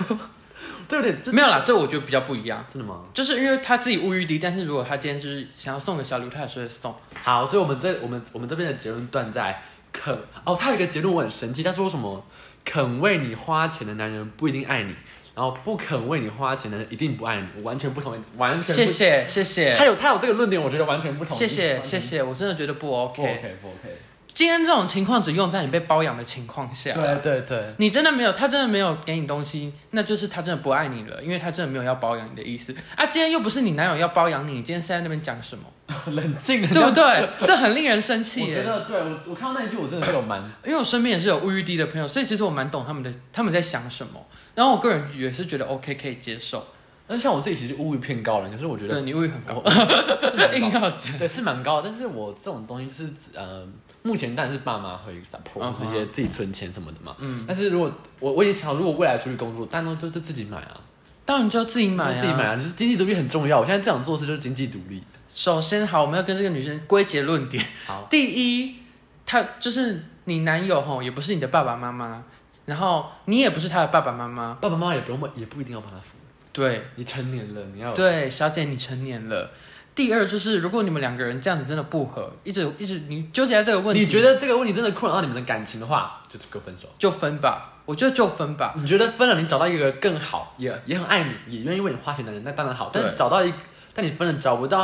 C: 对不对？这
B: 没有啦，这我觉得比较不一样。
C: 真的吗？
B: 就是因为他自己物欲低，但是如果他今天就是想要送个小礼物，他也是会送。
C: 好，所以我们这我们我们这边的结论断在肯哦，他有一个结论我很神奇，他说什么肯为你花钱的男人不一定爱你，然后不肯为你花钱的人一定不爱你，我完全不同意，完全不
B: 谢。谢谢谢，
C: 他有他有这个论点，我觉得完全不同意。哦
B: 谢谢谢
C: 完全
B: 谢，我真的觉得不 OK。
C: 不 OK 不 OK。
B: 今天这种情况只用在你被包养的情况下。
C: 对对对，
B: 你真的没有，他真的没有给你东西，那就是他真的不爱你了，因为他真的没有要包养你的意思啊。今天又不是你男友要包养你，你今天是在那边讲 什么，
C: 冷静冷静。
B: 对不对？这很令人生气
C: 我觉
B: 耶。
C: 得对我我看到那一句，我真的是有 蛮
B: 因为我身边也是有物欲低的朋友，所以其实我蛮懂他们的，他们在想什么。然后我个人也是觉得 OK 可以接受，
C: 那像我自己其实物欲偏高了，可是我觉得
B: 对你物欲很高，
C: 是蛮高
B: 硬
C: 的
B: 要 讲。
C: 对，是蛮高的，但是我这种东西就是呃，目前当然是爸妈会 support，
B: 嗯
C: 就是一些自己存钱什么的嘛。
B: 嗯
C: 但是如果我我也想，如果未来出去工作，当然都就是自己买啊，
B: 当然就要自己买啊，
C: 自己买啊，就是经济独立很重要。我现在这样做事就是经济独立。
B: 首先，好，我们要跟这个女生归结论点。
C: 好，
B: 第一，她就是你男友吼，也不是你的爸爸妈妈，然后你也不是他的爸爸妈妈。
C: 爸爸妈妈也不用，也不一定要帮他付。
B: 对
C: 你成年了，你要有
B: 对，小姐，你成年了。第二就是，如果你们两个人这样子真的不合，一直一直你纠结在这个问题，
C: 你觉得这个问题真的困扰到你们的感情的话，就是跟分手。
B: 就分吧？我觉得就分吧。
C: 你觉得分了，你找到一个更好，也也很爱你，也愿意为你花钱的人，那当然好。但是
B: 对
C: 找到一，但你分了找不到，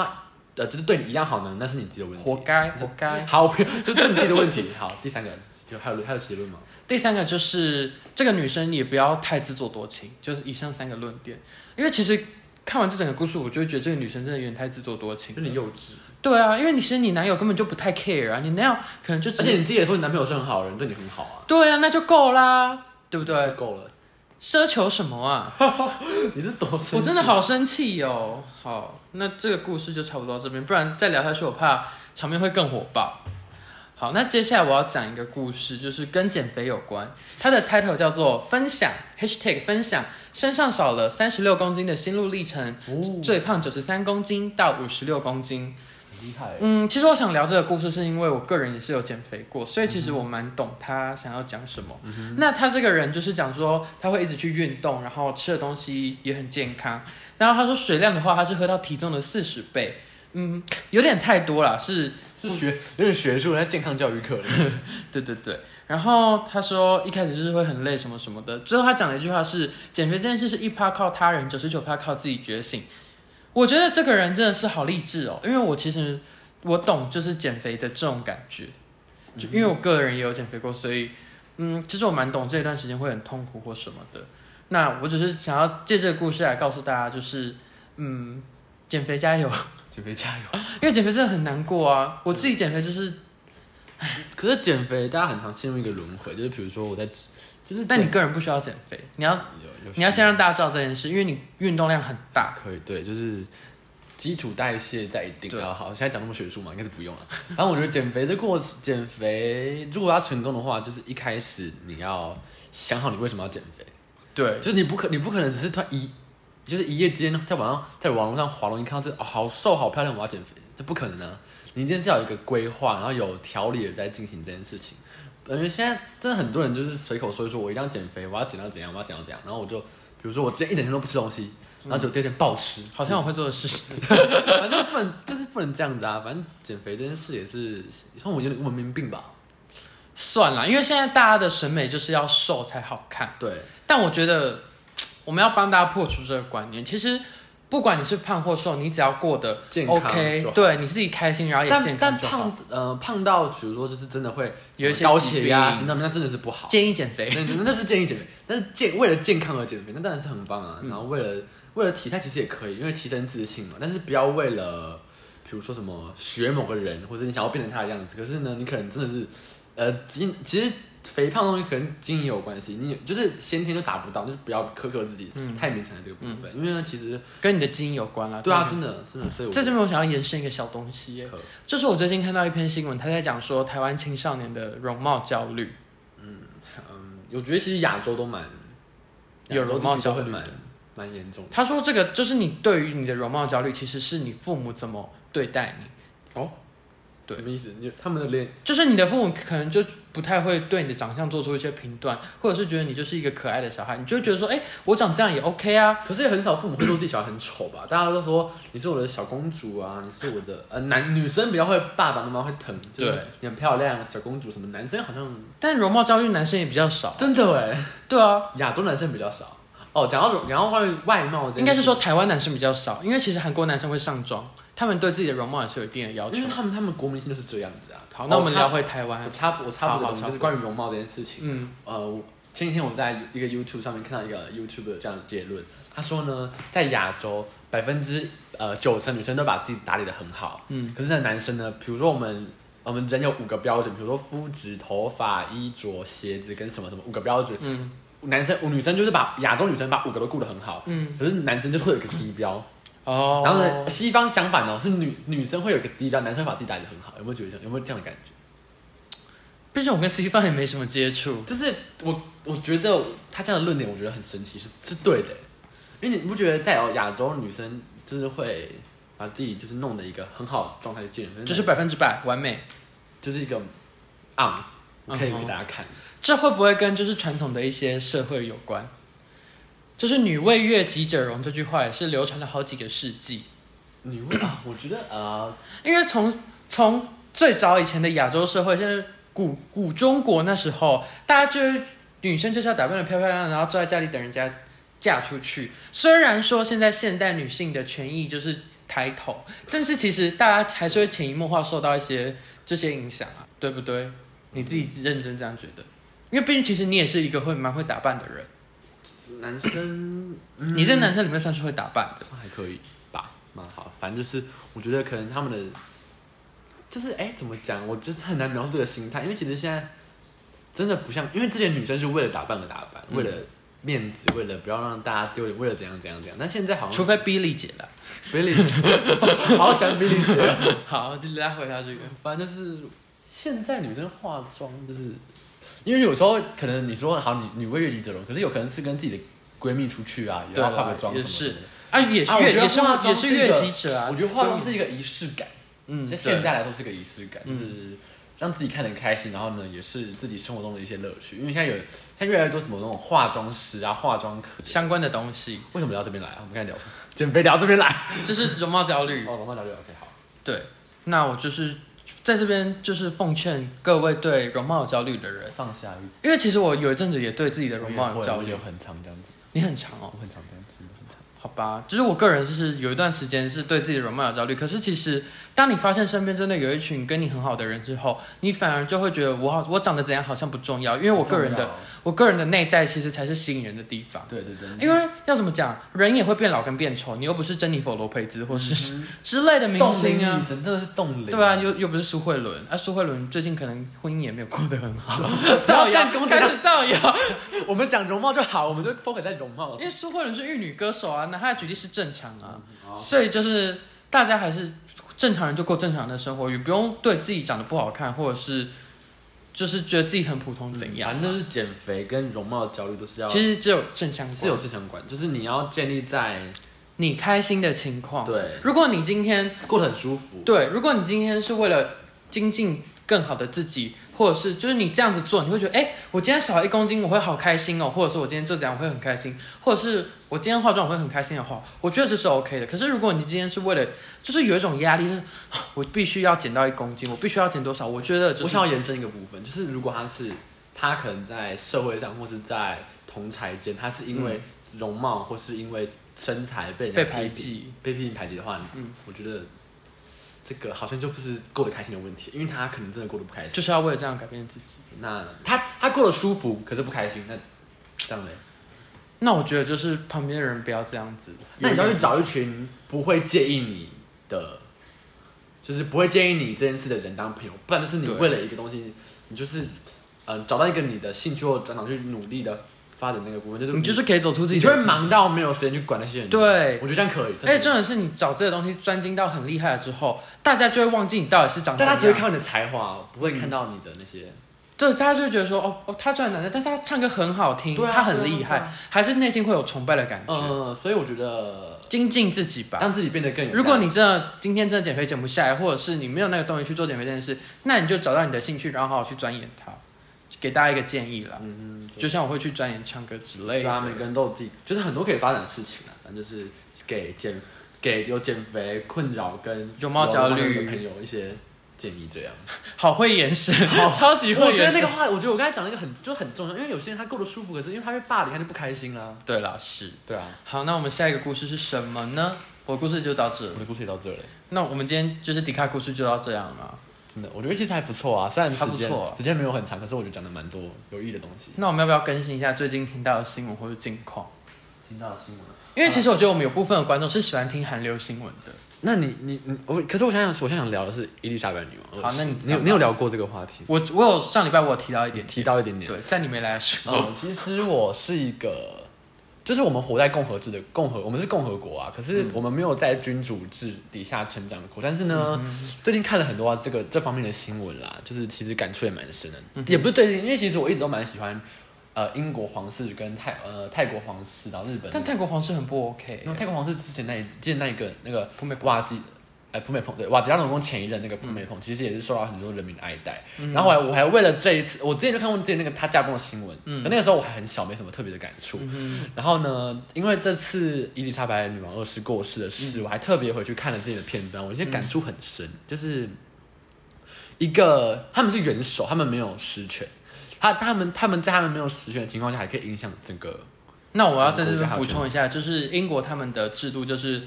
C: 呃，就是对你一样好的人，那是你自己的问题。
B: 活该，活 该。
C: 好，不要，就这是你自己的问题。好，第三个，就还有还有结论吗？
B: 第三个就是这个女生也不要太自作多情，就是以上三个论点。因为其实看完这整个故事，我就会觉得这个女生真的有点太自作多情
C: 就
B: 了。
C: 是你幼稚，
B: 对啊，因为你其实你男友根本就不太 care 啊，你男友可能就
C: 而
B: 只
C: 且
B: 是
C: 你自己也说你男朋友是很好的人，对你很好啊，
B: 对啊，那就够啦，对不
C: 就
B: 对？
C: 啊够了。
B: 奢求什么啊？
C: 你是多生气
B: 我真的，好生气哦。好，那这个故事就差不多到这边，不然再聊下去，我怕场面会更火爆。好，那接下来我要讲一个故事，就是跟减肥有关。它的 title 叫做“分享 ”，#hashtag 分享，身上少了三十六公斤的心路历程，
C: 哦，
B: 最胖九十三公斤到五十六公斤。
C: 很厉害。
B: 嗯，其实我想聊这个故事，是因为我个人也是有减肥过，所以其实我蛮懂他想要讲什么。那他这个人就是讲说，他会一直去运动，然后吃的东西也很健康。然后他说水量的话，他是喝到体重的四十倍，嗯，有点太多了，是
C: 是学有点学术，那健康教育课了。
B: 对对对，然后他说一开始就是会很累什么什么的，最后他讲了一句话是：减肥这件事是一趴靠他人，九十九趴靠自己觉醒。我觉得这个人真的是好励志哦，因为我其实我懂，就是减肥的这种感觉，
C: 嗯
B: 就因为我个人也有减肥过，所以嗯，其实我蛮懂这段时间会很痛苦或什么的。那我只是想要借这个故事来告诉大家，就是嗯，减肥加油，
C: 减肥加油。
B: 因为减肥真的很难过啊。我自己减肥就是，
C: 可是减肥大家很常陷入一个轮回，就是比如说我在，就是
B: 但你个人不需要减肥，你要
C: 有有
B: 你要先让大家知道这件事，因为你运动量很大。
C: 可以对，就是基础代谢在一定啊
B: 对
C: 要好。现在讲那么学术嘛，应该是不用了。反正我觉得减肥的过程，减肥如果要成功的话，就是一开始你要想好你为什么要减肥，
B: 对
C: 就是你不可你不可能只是突然一就是一夜之间在网上在网络上滑龙一看到这、哦、好瘦好漂亮，我要减肥，这不可能啊！你今天是要有一个规划，然后有条理的在进行这件事情。感觉现在真的很多人就是随口说一说，我一定要减肥，我要减到怎样，我要减到怎样，然后我就比如说我今天一整天都不吃东西，然后就第二天暴吃，
B: 嗯好像我会做的事情。
C: 反正不能就是不能这样子啊，反正减肥这件事也是算我有点文明病吧。
B: 算了，因为现在大家的审美就是要瘦才好看，
C: 对，
B: 但我觉得我们要帮大家破除这个观念。其实不管你是胖或瘦，你只要过得
C: 健康
B: OK，
C: 就好
B: 对你自己开心，然后也
C: 但
B: 健
C: 但
B: 康就好。
C: 胖呃胖到比如说就是真的会
B: 有一些
C: 高
B: 疾
C: 血压、
B: 病
C: 心脏病，那真的是不好。
B: 建议减肥，
C: 那那那是建议减肥，但是健为了健康而减肥，那当然是很棒啊。
B: 嗯
C: 然后为了为了体态其实也可以，因为提升自信嘛。但是不要为了比如说什么学某个人，或者你想要变成他的样子，可是呢，你可能真的是呃，基其实肥胖的东西跟基因也有关系，你就是先天就达不到，就是不要苛刻自己，
B: 嗯
C: 太勉强了这个部分。因为呢，其实
B: 跟你的基因有关啦。
C: 对啊，
B: 真的。
C: 真的真的，所以我
B: 在这边我想要延伸一个小东西耶
C: 可，
B: 就是我最近看到一篇新闻，他在讲说台湾青少年的容貌焦虑。
C: 嗯，我觉得其实亚洲都蛮
B: 有
C: 亚洲
B: 容貌
C: 地区都
B: 焦
C: 会
B: 虑
C: 蛮蛮严重的
B: 他说这个就是你对于你的容貌焦虑，其实是你父母怎么对待你。
C: 哦。
B: 对
C: 什么意思？你他们的脸
B: 就是你的父母可能就不太会对你的长相做出一些评断，或者是觉得你就是一个可爱的小孩，你就会觉得说，哎、我长这样也 OK 啊。
C: 可是也很少父母会说自己小孩很丑吧？大家都说你是我的小公主啊，你是我的呃男女生比较会爸爸妈妈会疼，就是
B: 对哦
C: 你很漂亮小公主什么，男生好像
B: 但容貌焦虑男生也比较少，
C: 真的哎，
B: 对啊，
C: 亚洲男生比较少哦。讲到然后关于外貌这件事，
B: 应该是说台湾男生比较少，因为其实韩国男生会上妆，他们对自己的容貌也是有一定的要求
C: 因为。他们他们国民性就是这样子啊。
B: 好，那我们
C: 哦
B: 聊回台
C: 我
B: 湾，
C: 插我插播
B: 好好
C: 的
B: 插
C: 就是关于容貌这件事情。
B: 嗯，
C: 呃，我前几天我在一个 YouTube 上面看到一个 YouTube 这样的结论，他说呢，在亚洲百分之呃九成女生都把自己打理的很好，
B: 嗯，
C: 可是呢男生呢，比如说我们我们人有五个标准，比如说肤质、头发、衣着、鞋子跟什么什么五个标准，
B: 嗯，
C: 男生女生就是把亚洲女生把五个都顾得很好，
B: 嗯，
C: 可是男生就会有一个低标，
B: 哦，
C: 然后呢，西方相反哦，是女女生会有一个低标，男生会把自己打理的很好，有没有觉得有没有这样的感觉？
B: 毕竟我跟 C 范也没什么接触，
C: 就是我我觉得他这样的论点，我觉得很神奇，是是对的，因为你不觉得在亚洲女生就是会把自己就是弄得一个很好的状态去见人，
B: 就是百分之百完美。
C: 就是一个 on，我可以
B: 嗯哼
C: 给大家看，
B: 这会不会跟就是传统的一些社会有关？就是“女为悦，己者容”这句话也是流传了好几个世纪，
C: 女巫啊，我觉得呃，
B: 因为从从最早以前的亚洲社会，现在古古中国那时候，大家就是女生就是要打扮的漂漂亮亮，然后坐在家里等人家嫁出去。虽然说现在现代女性的权益就是抬头，但是其实大家还是会潜移默化受到一些这些影响啊，对不对？你自己认真这样觉得，因为毕竟其实你也是一个会蛮会打扮的人。
C: 男生、嗯
B: 你在男生里面算是会打扮的，
C: 还可以吧，蛮好，反正就是我觉得可能他们的就是哎、怎么讲，我觉得很难描述这个心态，因为其实现在真的不像，因为之前女生是为了打扮而打扮，
B: 嗯
C: 为了面子，为了不要让大家丢脸，为了怎样怎样怎样，但现在好
B: 除
C: 像
B: 非 Billy 姐了。
C: Billy，好喜欢 Billy 姐，
B: 好，就拉回到这个，
C: 反正就是现在女生化妆就是。因为有时候可能你说好，你你为悦己者容，可是有可能是跟自己的闺蜜出去啊，也
B: 对
C: 要
B: 啊
C: 化个妆什
B: 也
C: 么
B: 是
C: 的。
B: 啊，也
C: 啊我
B: 越
C: 觉得
B: 也是
C: 化妆
B: 也
C: 是
B: 是
C: 一个
B: 越级者啊。
C: 我觉得化妆是
B: 对
C: 一个仪式感，
B: 嗯
C: 在
B: 对
C: 现代来说是个仪式感，就
B: 嗯
C: 是让自己看得开心，然后呢，也是自己生活中的一些乐趣。因为现在有现在越来越多什么那种化妆师啊、化妆课，
B: 相关的东西，
C: 为什么聊这边来啊？我们刚才聊什么？减肥聊这边来。
B: 就是容貌焦虑。
C: 哦，容貌焦虑，OK，好。
B: 对，那我就是在这边就是奉劝各位对容貌有焦虑的人，
C: 放下欲，
B: 因为其实我有一阵子也对自己的容貌
C: 我
B: 有
C: 也
B: 焦
C: 会我
B: 虑
C: 有，很长这样子，
B: 你很长哦
C: 我。很长这样子，真的很长。
B: 好吧，就是我个人就是有一段时间是对自己的容貌有焦虑，可是其实当你发现身边真的有一群跟你很好的人之后，你反而就会觉得我好，我长得怎样好像不重要，因为我个人
C: 重要
B: 的我个人的内在其实才是吸引人的地方。
C: 对对对，
B: 因为要怎么讲，人也会变老跟变丑，你又不是珍妮佛罗培兹或是、 之类的明
C: 冻龄
B: 星
C: 女
B: 啊。
C: 神真的是冻龄，
B: 对啊，又 又不是苏慧伦啊，苏慧伦最近可能婚姻也没有过得很好，
C: 造
B: 谣
C: 谣跟我讲
B: 开始造谣，
C: 我们讲容貌就好，我们就 focus 在容貌 嗯
B: 因。为苏慧伦是玉女歌手啊，那她的举例是正常啊，所以就是大家还是正常人就过正常的生活，也不用对自己长得不好看，或者是就是觉得自己很普通怎样。
C: 反正就是减肥跟容貌焦虑都是要，
B: 其实只有正相
C: 是
B: 关
C: 有，正相关，就是你要建立在
B: 你开心的情况。，
C: 对
B: 如果你今天
C: 过得很舒服，
B: 对，如果你今天是为了精进更好的自己，或者是就是你这样子做，你会觉得，哎、我今天少了一公斤，我会好开心哦，或者是我今天这样我会很开心，或者是我今天化妆我会很开心的话，我觉得这是 OK 的。可是如果你今天是为了，就是有一种压力是，啊我必须要减到一公斤，我必须要减多少，我觉得就
C: 我
B: 是
C: 想要延伸一个部分，就是如果他是他可能在社会上或是在同才间，他是因为容貌或是因为身材嗯被人家
B: 被排
C: 批评
B: 挤。
C: 被批评排挤的话，
B: 嗯
C: 我觉得这个好像就不是过得开心的问题，因为他可能真的过得不开心。
B: 就是要为了这样改变自己。
C: 那他他过得舒服，可是不开心，那这样嘞？
B: 那我觉得就是旁边的人不要这样子。
C: 那你就要去找一群不会介意你的，就是不会介意你这件事的人当朋友，不然就是你
B: 对
C: 为了一个东西，你就是嗯、呃找到一个你的兴趣或专长去努力的发展那个部分，就是
B: 你就是可以走出自己
C: 你
B: 的
C: 就
B: 路，
C: 会忙到没有时间去管那些人。
B: 对
C: 我觉得这样可以。
B: 而
C: 这
B: 且重
C: 样
B: 点是你找这个东西专精到很厉害了之后，大家就会忘记你到底是长
C: 可以，
B: 怎
C: 但
B: 样。嗯
C: 他只会看到你的才华，不会看到你的那些。
B: 对，大家就会觉得说，哦哦，他赚男的，但是他唱歌很好听，
C: 对啊
B: 他很厉害，
C: 对啊对
B: 还是内心会有崇拜的感觉。
C: 嗯、所以我觉得
B: 精进自己吧。
C: 让自己变得更有价值。
B: 如果你真的今天真的减肥减不下来，或者是你没有那个动力去做减肥这件事，那你就找到你的兴趣，然后好好去钻研它。给大家一个建议啦，
C: 嗯，
B: 就像我会去钻研唱歌之类
C: 对啊，每
B: 的。
C: 个人都有自己，就是很多可以发展的事情啊。反正就是给减给有减肥困扰跟
B: 容貌焦虑
C: 的朋友一些建议， 这样。
B: 好会延伸，超级
C: 我
B: 会
C: 觉得
B: 延
C: 那
B: 伸
C: 个。话，我觉得我刚才讲那个很就很重要，因为有些人他过得舒服，可是因为他被霸凌，他就不开心啦。
B: 对啦，是。
C: 对啊，
B: 好，那我们下一个故事是什么呢？我的故事就到这
C: 我
B: 了。
C: 的故事也到这里，
B: 那我们今天就是迪卡故事就到这样了嘛。
C: 真的，我觉得其实还不错啊。虽然时
B: 还不
C: 间
B: 错啊
C: 时间没有很长，可是我觉得讲的蛮多有意义的东西。
B: 那我们要不要更新一下最近听到的新闻或者近况？
C: 听到新闻。啊
B: 因为其实我觉得我们有部分的观众是喜欢听韩流新闻的。
C: 那你你你我，可是我想想，我想想聊的是伊丽莎白女王。
B: 好那你
C: 你有你有聊过这个话题，
B: 我我有上礼拜我有提到一点，
C: 提到一点点。
B: 对，在你没来的时候，
C: 嗯，其实我是一个，就是我们活在共和制的共和，我们是共和国啊，可是我们没有在君主制底下成长过。但是呢，最近看了很多、啊、这个这方面的新闻啦，就是其实感触也蛮深的，也不是最近，因为其实我一直都蛮喜欢呃英国皇室跟泰呃泰国皇室，然后日本，
B: 但泰国皇室很不 OK，
C: 然后泰国皇室之前那一见那一个那个
B: 普美蓬
C: 瓦吉。哎，普美蓬对瓦吉拉隆功前一任那个普美蓬，其实也是受到很多人民的爱戴。然后我还我还为了这一次，我之前就看过之前那个他驾崩的新闻，嗯，那个时候我还很小，没什么特别的感触。然后呢，因为这次伊丽莎白女王二世过世的事，我还特别回去看了自己的片段，我现在感触很深，就是一个他们是元首，他们没有实权，他他们他们在他们没有实权的情况下，还可以影响整个
B: 那我要在这边补充一下，就是英国他们的制度就是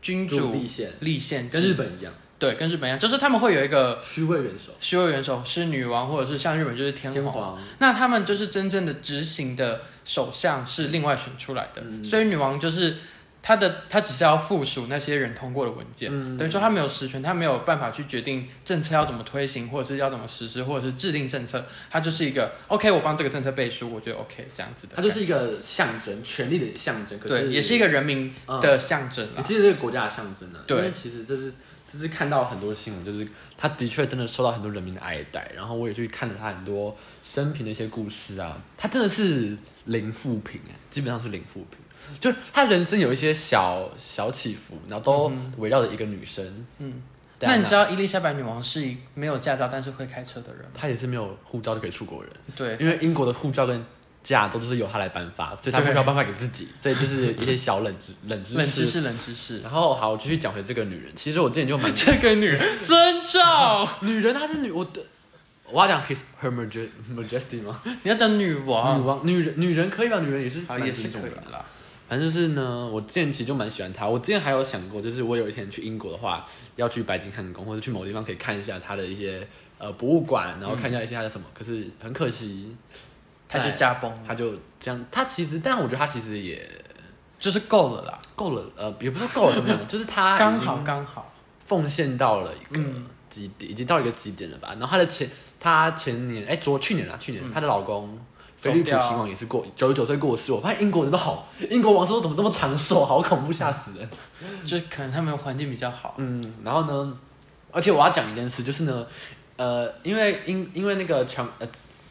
B: 君主
C: 立宪
B: 立宪
C: 跟
B: 制
C: 日本一样，
B: 对跟日本一样，就是他们会有一个
C: 虚位元首。
B: 虚位元首是女王，或者是像日本就是天
C: 天
B: 皇。
C: 皇
B: 那他们就是真正的执行的首相是另外选出来的，
C: 嗯
B: 所以女王就是她的，她只是要附属那些人通过的文件，
C: 嗯
B: 等于说她没有实权，她没有办法去决定政策要怎么推行，或者是要怎么实施，或者是制定政策，她就是一个 OK，我帮这个政策背书，我觉得 OK 这样子的
C: 它就
B: 感觉，
C: 是一个象征，权力的象征，可是
B: 对，也是一个人民嗯的象征啊
C: 也
B: 啦。
C: 是这个国家的象征啊。
B: 对
C: 因为其实这是这是看到很多新闻，就是他的确真的受到很多人民的爱戴，然后我也去看了他很多生平的一些故事啊，他真的是零负评哎，基本上是零负评。
B: 嗯
C: 就他人生有一些小小起伏，然后都围绕着一个女生。
B: 嗯，
C: 戴
B: 那
C: 安娜
B: 你知道伊丽莎白女王是一没有驾照但是会开车的人吗？
C: 她也是没有护照就可以出国人，
B: 对，
C: 因为英国的护照跟驾都是由她来颁发，所以她
B: 对
C: 没有办法给自己，所以就是一些小冷知冷知识。
B: 冷知识，冷知识。
C: 然后好，我继续讲回这个女人。其实我之前就 蛮哦
B: 这个女人尊 重，
C: 女人，她是女，我的我要讲 his her majesty majesty 吗？
B: 你要讲女王，
C: 女王，女人，女人可以吧？女人也是
B: 好
C: 蛮
B: 也
C: 尊
B: 是
C: 重
B: 可以
C: 的吧。
B: 啦。
C: 反正就是呢，我之前其实就蛮喜欢他。我之前还有想过，就是我有一天去英国的话，要去白金汉宫，或者去某地方可以看一下他的一些呃博物馆，然后
B: 嗯
C: 看一下一些他的什么。可是很可惜，
B: 他就
C: 哎
B: 驾崩
C: 他
B: 了，
C: 就这样。他其实，但我觉得他其实也
B: 就是够了啦，
C: 够了，呃，也不是够了 怎么样，就是他啊已经
B: 刚好嗯刚好。
C: 奉献到了一个极点，已经到一个极点了吧？然后她的前，她前年，哎、昨去年啊，去年她、的老公
B: 嗯走
C: 菲利普
B: 掉
C: 亲王也是过九十九岁过世。我发现英国人都好，英国王室都怎么这么长寿，好恐怖，吓死人。
B: 就是可能他们环境比较好，
C: 嗯，然后呢，而且我要讲一件事，就是呢，呃，因为因因为那个强呃。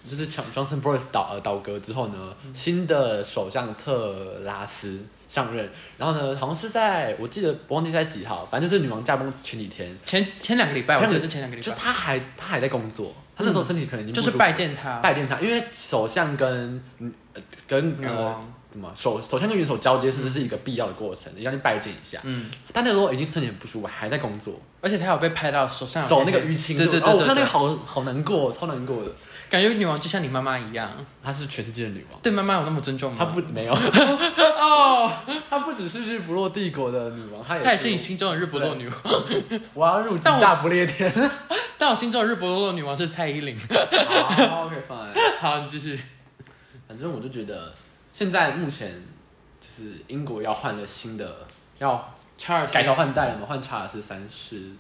C: 就是强 Johnson Boris 倒呃倒戈之后呢，
B: 嗯
C: 新的首相特拉斯上任，然后呢，好像是在我记得我忘记在几号，反正就是女王驾崩前几天，
B: 前前两个礼拜，我
C: 前
B: 记
C: 两
B: 得是前两个礼
C: 就
B: 拜，
C: 他还他还在工作，他那时候身体可能已经不
B: 嗯就是
C: 舒服啊
B: 拜见他，
C: 拜见他，因为首相跟嗯呃跟
B: 女
C: 呃
B: 王，
C: 怎么首首相跟元首交接是不是一个必要的过程，要去拜见一下。
B: 嗯，
C: 但那时候已经身体很不舒服，还在工作，
B: 而且他有被拍到手上有
C: 手那个
B: 黑黑
C: 淤青，
B: 对对
C: 哦，
B: 对
C: 我
B: 对
C: 看那
B: 对
C: 个，好好难过，超难过的。
B: 感觉女王就像你妈妈一样，
C: 她是全世界的女王，
B: 对妈妈有那么尊重吗？
C: 她不没有 哦，她不只是日不落帝国的女王，她也
B: 她也是你心中的日不落女王，
C: 我要入
B: 但
C: 侵
B: 我
C: 大不列 颠。
B: 但我心中的日不落女王是蔡依林。
C: 好，OK fine。
B: 好，你继续。
C: 哦反正我就觉得，现在目前就是英国要换了新的，要
B: 查尔斯
C: 改朝换代了嘛，换查尔斯三世。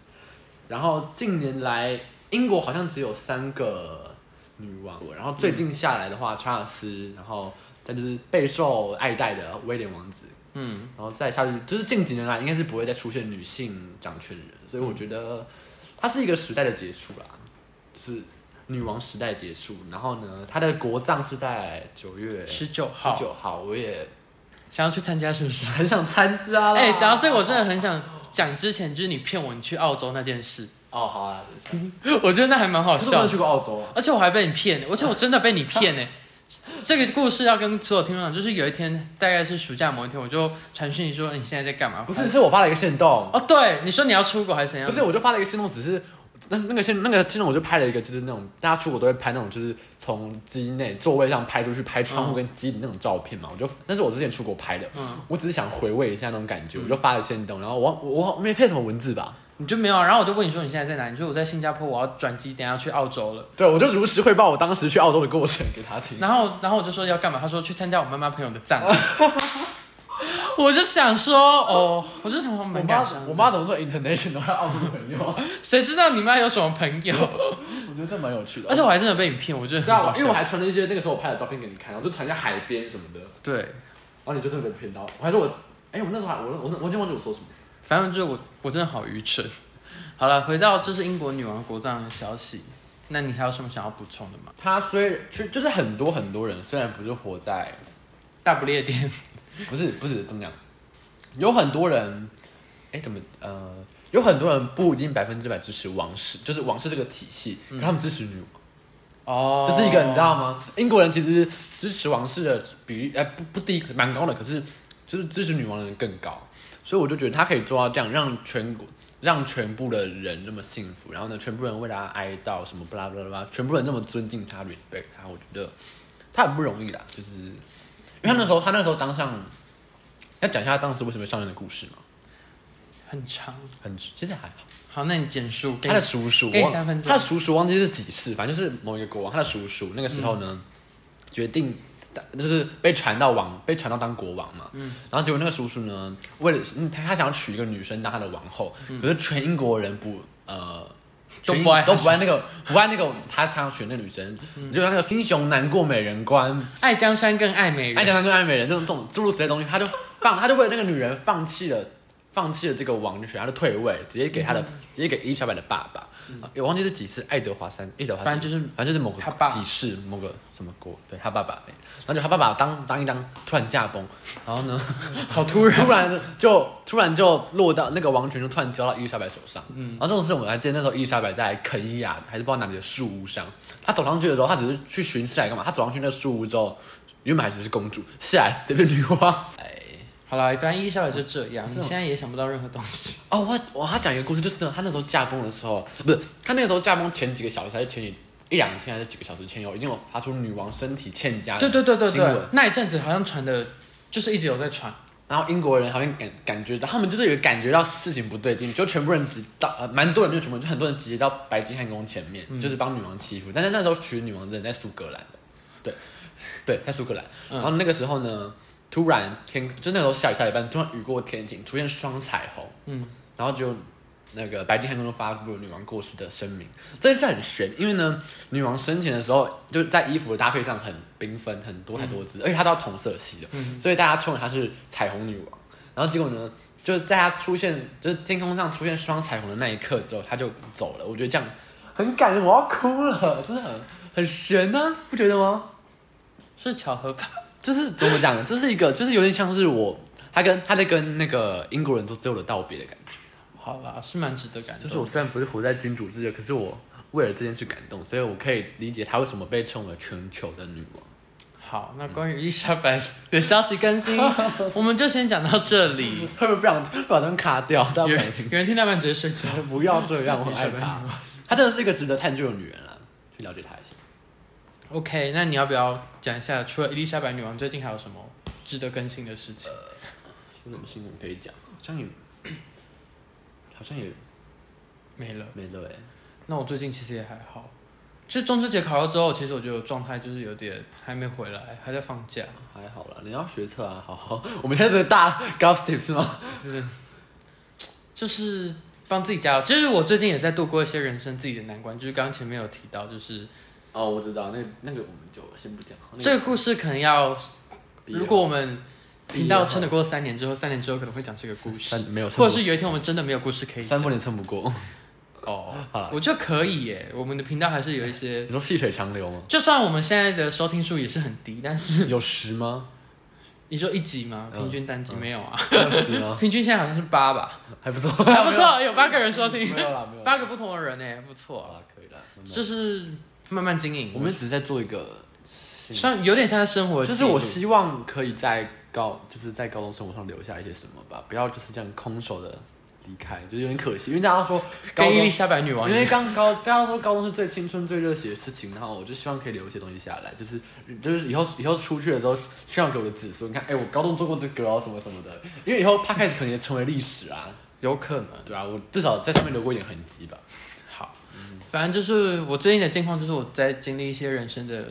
C: 然后近年来，英国好像只有三个女王，然后最近下来的话，查尔斯，然后再就是备受爱戴的威廉王子，
B: 嗯，
C: 然后再下去就是近几年来应该是不会再出现女性掌权人，所以我觉得它是一个时代的结束啦，就是女王时代结束。然后呢，她的国葬是在九月
B: 十九
C: 十
B: 号
C: 九号，我也
B: 想要去参加是不是？
C: 很想参加啦。
B: 哎、讲到这个，我真的很想讲之前就是你骗我你去澳洲那件事，
C: 哦，好啊，
B: 我觉得那还蛮好
C: 可是我没
B: 哦笑
C: 有
B: 的，
C: 去过澳洲啊，
B: 而且我还被你骗，欸而且我真的被你骗呢。这个故事要跟所有听众讲，就是有一天大概是暑假某一天，我就传讯你说哎你现在在干嘛？
C: 不是，是我发了一个线动，
B: 哦，对，你说你要出国还是怎样
C: 不？是，我就发了一个线动，只是。但是那个线那个线动，我就拍了一个，就是那种大家出国都会拍那种，就是从机内座位上拍出去拍窗户跟机的那种照片嘛。我就那是我之前出国拍的，
B: 嗯，
C: 我只是想回味一下那种感觉，我就发了线动，然后我忘我我没配什么文字吧？
B: 你就没有啊。然后我就问你说你现在在哪？你说我在新加坡，我要转机，等一下要去澳洲了。
C: 对，我就如实汇报我当时去澳洲的过程给他听。
B: 然后，然后我就说要干嘛？他说去参加我妈妈朋友的葬礼。 我就想说，哦，我就想说
C: 我
B: 蛮感
C: 妈
B: 伤的。
C: 我妈怎么说 international 还有澳洲朋友？ 我
B: 谁知道你妈有什么朋友？
C: 觉得这蛮有趣的。
B: 而且我还真的被你骗，我觉得
C: 对
B: 很
C: 啊
B: 好，笑
C: 因为我还传了一些那个时候我拍的照片给你看，然后就传一下海边什么的，然
B: 对，
C: 后哦你就真的被骗到。我还说我哎、我那时候还我我我完全忘记我说什么。
B: 反正就是我我真的好愚蠢。 好了，回到这是英国女王国葬的消息，那你还有什么想要补充的吗？
C: 他虽然就就是很多很多人虽然不是活在
B: 大不列颠，
C: 不是不是怎么讲，有很多人，哎，怎么呃，有很多人不一定百分之百支持王室，就是王室这个体系，可他们支持女王，
B: 哦
C: 这是一个你知道吗？英国人其实支持王室的比例，哎、不不低，蛮高的，可是就是支持女王的人更高，所以我就觉得他可以做到这样，让全国。让全部的人这么幸福，然后呢，全部人为他哀悼，什么巴拉巴拉巴拉，全部人那么尊敬他，respect 他，我觉得他很不容易啦，就是因为他那时候，他那时候当上要讲一下他当时为什么上任的故事嘛，
B: 很长。
C: 很其实还好。
B: 好，那你简述给
C: 他
B: 你
C: 的叔叔，
B: 给你
C: 忘
B: 三分钟
C: 他的叔叔忘记是几世，反正就是某一个国王，他的叔叔那个时候呢，
B: 嗯
C: 决定就是被传到王，被传到当国王嘛。嗯。然后结果那个叔叔呢，为了嗯他他想要娶一个女生当他的王后，可是全英国人不呃。
B: 嗯都
C: 全英
B: 不爱他嗯
C: 都不爱那个不爱那个他想要娶的那个女生，就让那个英雄难过美人关，
B: 爱江山更爱美人，
C: 爱江山跟爱美人这种这种诸如此类的东西，他就放，他就为了那个女人放弃了，放弃了这个王权，他就退位，直接给
B: 嗯
C: 他的，直接给伊丽莎白的爸爸，啊我忘记是几世，爱德华三，爱德华几世，
B: 反正就是
C: 反正就是某个
B: 他爸
C: 几世某个什么国，对他爸爸，哎然后就他爸爸当当一当突然驾崩，然后呢，好突然，突然就突然就落到那个王权就突然交到伊丽莎白手上，嗯，然后这种事我们还记得那时候伊丽莎白在肯尼亚还是不知道哪里的树屋上，她走上去的时候，她只是去巡视来干嘛？她走上去那个树屋之后。原本还只是公主，下来随便女王。哎，
B: 好了，反正伊丽莎白就这样，你
C: 种
B: 现在也想不到任何东西。
C: 哦，我我还讲一个故事，就是呢，她那时候驾崩的时候，不是她那个时候驾崩前几个小时，还是前几一两天，还是几个小时前有已经有发出女王身体欠佳的
B: 对对对对
C: 新闻
B: 对，那一阵子好像传的，就是一直有在传，
C: 然后英国人好像感感觉到，他们就是有感觉到事情不对劲，就全部人直到呃，蛮多人就全部就很多人直接到白金汉宫前面，就是帮女王祈福。但是那时候娶女王的人在苏格兰的，对， 对，在苏格兰。然后那个时候呢，突然天就那时候下雨下一半，突然雨过天晴，出现双彩虹，
B: 嗯，
C: 然后就那个白金汉宫就发布了女王过世的声明，这件事很悬，因为呢，女王生前的时候就是在衣服的搭配上很缤纷，很多彩多姿，而且她都要同色系的，所以大家称为她是彩虹女王。然后结果呢，就是在她出现，就是天空上出现双彩虹的那一刻之后，她就走了。我觉得这样很感人，我要哭了，真的很很悬呐、不觉得吗？
B: 是巧合吧？
C: 就是怎么讲，这是一个，就是有点像是我，她跟她在跟那个英国人做最后的道别的感觉。
B: 好啦，是蛮值得感动的。
C: 就是我虽然不是活在君主制的，可是我为了这件事感动，所以我可以理解她为什么被称为全球的女王。
B: 好，那关于伊莎白的消息更新，我们就先讲到这里。
C: 会不会不想把灯卡掉？但
B: 有
C: 我
B: 人有人听到半直接睡着。
C: 不要这样，我
B: 很爱
C: 爱
B: 她
C: 她。她真的是一个值得探究的女人啦，去了解她一下。
B: OK，那你要不要讲一下，除了伊丽莎白女王，最近还有什么值得更新的事情？
C: 有什么新闻可以讲？好像也， 好像也
B: 没了。
C: 没了哎、
B: 那我最近其实也还好，就中秋节烤肉之后，其实我觉得我状态就是有点还没回来，还在放假，
C: 还好啦。你要学测啊，好好。 我们现在在大 gossip 是吗？
B: 就是就是帮自己加油。就是我最近也在度过一些人生自己的难关，就是刚刚前面有提到，就是
C: 哦，我知道，那那个我们就先不讲。那个
B: 这个故事可能要，
C: 毕业
B: 如果我们
C: 毕业
B: 频道
C: 后
B: 撑得过三年之后，三年之后可能会讲这个故事
C: 三，没有撑不
B: 或者是有一天我们真的没有故事可以
C: 三
B: 讲
C: 不。年撑不过，
B: 哦
C: 好啦，
B: 我觉得可以耶，我们的频道还是有一些
C: 你，说细水长流吗？
B: 就算我们现在的收听数也是很低，但是
C: 有十吗？
B: 你说一集吗？
C: 嗯哦
B: 平均单集没有啊，
C: 有十吗？
B: 平均现在好像是八吧，
C: 还不错，
B: 还不错，有八个人收 听
C: 没，有啦，没有啦，
B: 八个不同的人哎，不
C: 好
B: 错，
C: 啦，可以啦。慢慢
B: 就是慢慢经营，
C: 嗯我们只是在做一个新，
B: 像有点像在生活记
C: 就
B: 录，
C: 是我希望可以在高，就是在高中生活上留下一些什么吧，不要就是这样空手的离开，就是有点可惜。因为大家说高
B: 跟伊丽
C: 中，
B: 莎白女王一
C: 因为
B: 样，
C: 刚高大家说高中是最青春、最热血的事情，然后我就希望可以留一些东西下来，就是就是以后以后出去了之后，希望给我的子孙看，哎、我高中做过这个哦，什么什么的。因为以后 p 开始可能也成为历史啊，
B: 有可能。
C: 对啊，我至少在上面留过一点痕迹吧。
B: 嗯好，反正就是我最近的近况，就是我在经历一些人生的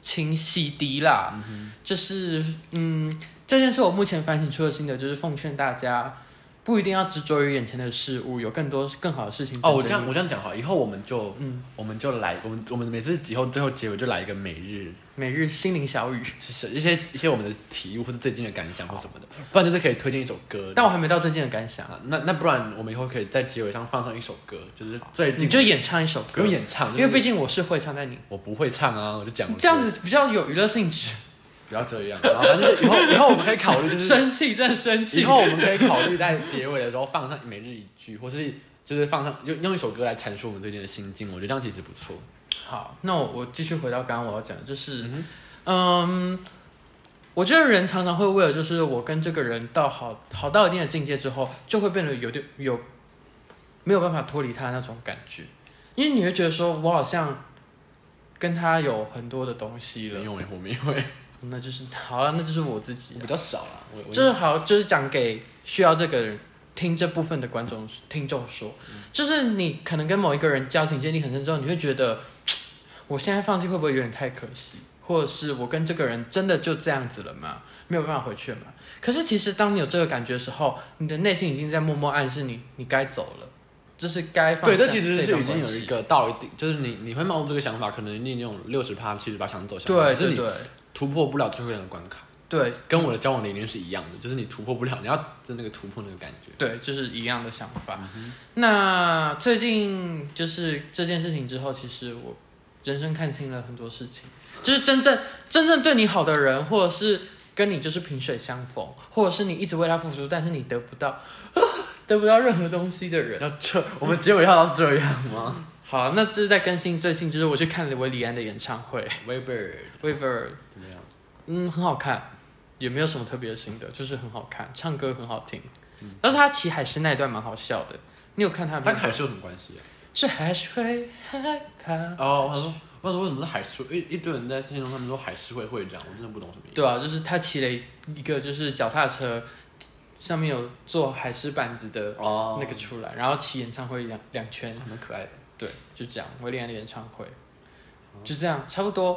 B: 清洗涤啦。就是嗯，这件事我目前反省出的心得，就是奉劝大家不一定要执着于眼前的事物，有更多更好的事情
C: 哦，
B: 等
C: 我
B: 着
C: 这样
B: 你
C: 我这样讲好，以后我们就
B: 嗯
C: 我们就来，我们我们每次以后最后结尾就来一个每日，
B: 每日心灵小语。
C: 就是一些一些我们的体悟或者最近的感想或什么的，不然就是可以推荐一首歌。
B: 但我还没到最近的感想，
C: 啊，那那不然我们以后可以在结尾上放上一首歌，就是最近
B: 你就演唱一首
C: 不
B: 歌，
C: 用演唱，
B: 因为
C: 就是
B: 毕竟我是会唱，但你
C: 我不会唱啊，我就讲我
B: 这样子比较有娱乐性质。
C: 不要这样，然后反正就是以后以后我们可以考虑就是。
B: 生气，真的生
C: 以
B: 气。
C: 后我们可以考虑在结尾的时候放上每日一句，或是就是放上用用一首歌来阐述我们最近的心境，我觉得这样其实不错。
B: 好，那我我继续回到刚刚我要讲的，就是
C: 嗯哼
B: 嗯，我觉得人常常会为了就是我跟这个人到好好到一定的境界之后，就会变得有点有没有办法脱离他那种感觉，因为你会觉得说我好像跟他有很多的东西
C: 没
B: 了，
C: 有欸我没有欸
B: 那就是好啊了，那就是我自己
C: 我，比较少啦，我我
B: 就是好就是讲给需要这个人。听这部分的观众听众说，
C: 嗯
B: 就是你可能跟某一个人交情建立很深之后，你会觉得，我现在放弃会不会有点太可惜？或者是我跟这个人真的就这样子了吗？没有办法回去了吗？可是其实当你有这个感觉的时候，你的内心已经在默默暗示你，你该走了，就是该放
C: 对，
B: 下
C: 这其实是
B: 段
C: 已经有
B: 关系
C: 一个到一定，就是你你会冒出这个想法，可能你已经有六十趴、七十趴想走想
B: 对
C: 走，
B: 对
C: 是你
B: 对
C: 突破不了最后一个关卡，
B: 对
C: 跟我的交往理念是一样的，就是你突破不了，你要真那个突破那个感觉。
B: 对，就是一样的想法。那最近就是这件事情之后，其实我人生看清了很多事情，就是真正真正对你好的人，或者是跟你就是萍水相逢，或者是你一直为他付出，但是你得不到 得不到任何东西的人。
C: 要这，我们结尾要到这样吗
B: 好，那这是在更新最新，就是我去看了维里安的演唱会
C: ？Weber
B: ，Weaver，
C: 怎么样？
B: 嗯，很好看，也没有什么特别的心得，就是很好看，唱歌很好听，但是他骑海狮那一段蛮好笑的，你有看他
C: 他
B: 没
C: 跟
B: 有？
C: 海狮有什么关系啊？
B: 这还是会害怕。
C: 哦，他说我想说为什么是海事会一一堆人在线上他们说海事会会长，我真的不懂什么意思。
B: 对啊，就是他骑了一个就是脚踏车，上面有做海狮板子的
C: 哦
B: 那个出来，然后骑演唱会两两圈，
C: 还蛮可爱的。
B: 对，就这样，威廉的演唱会，就这样，差不多。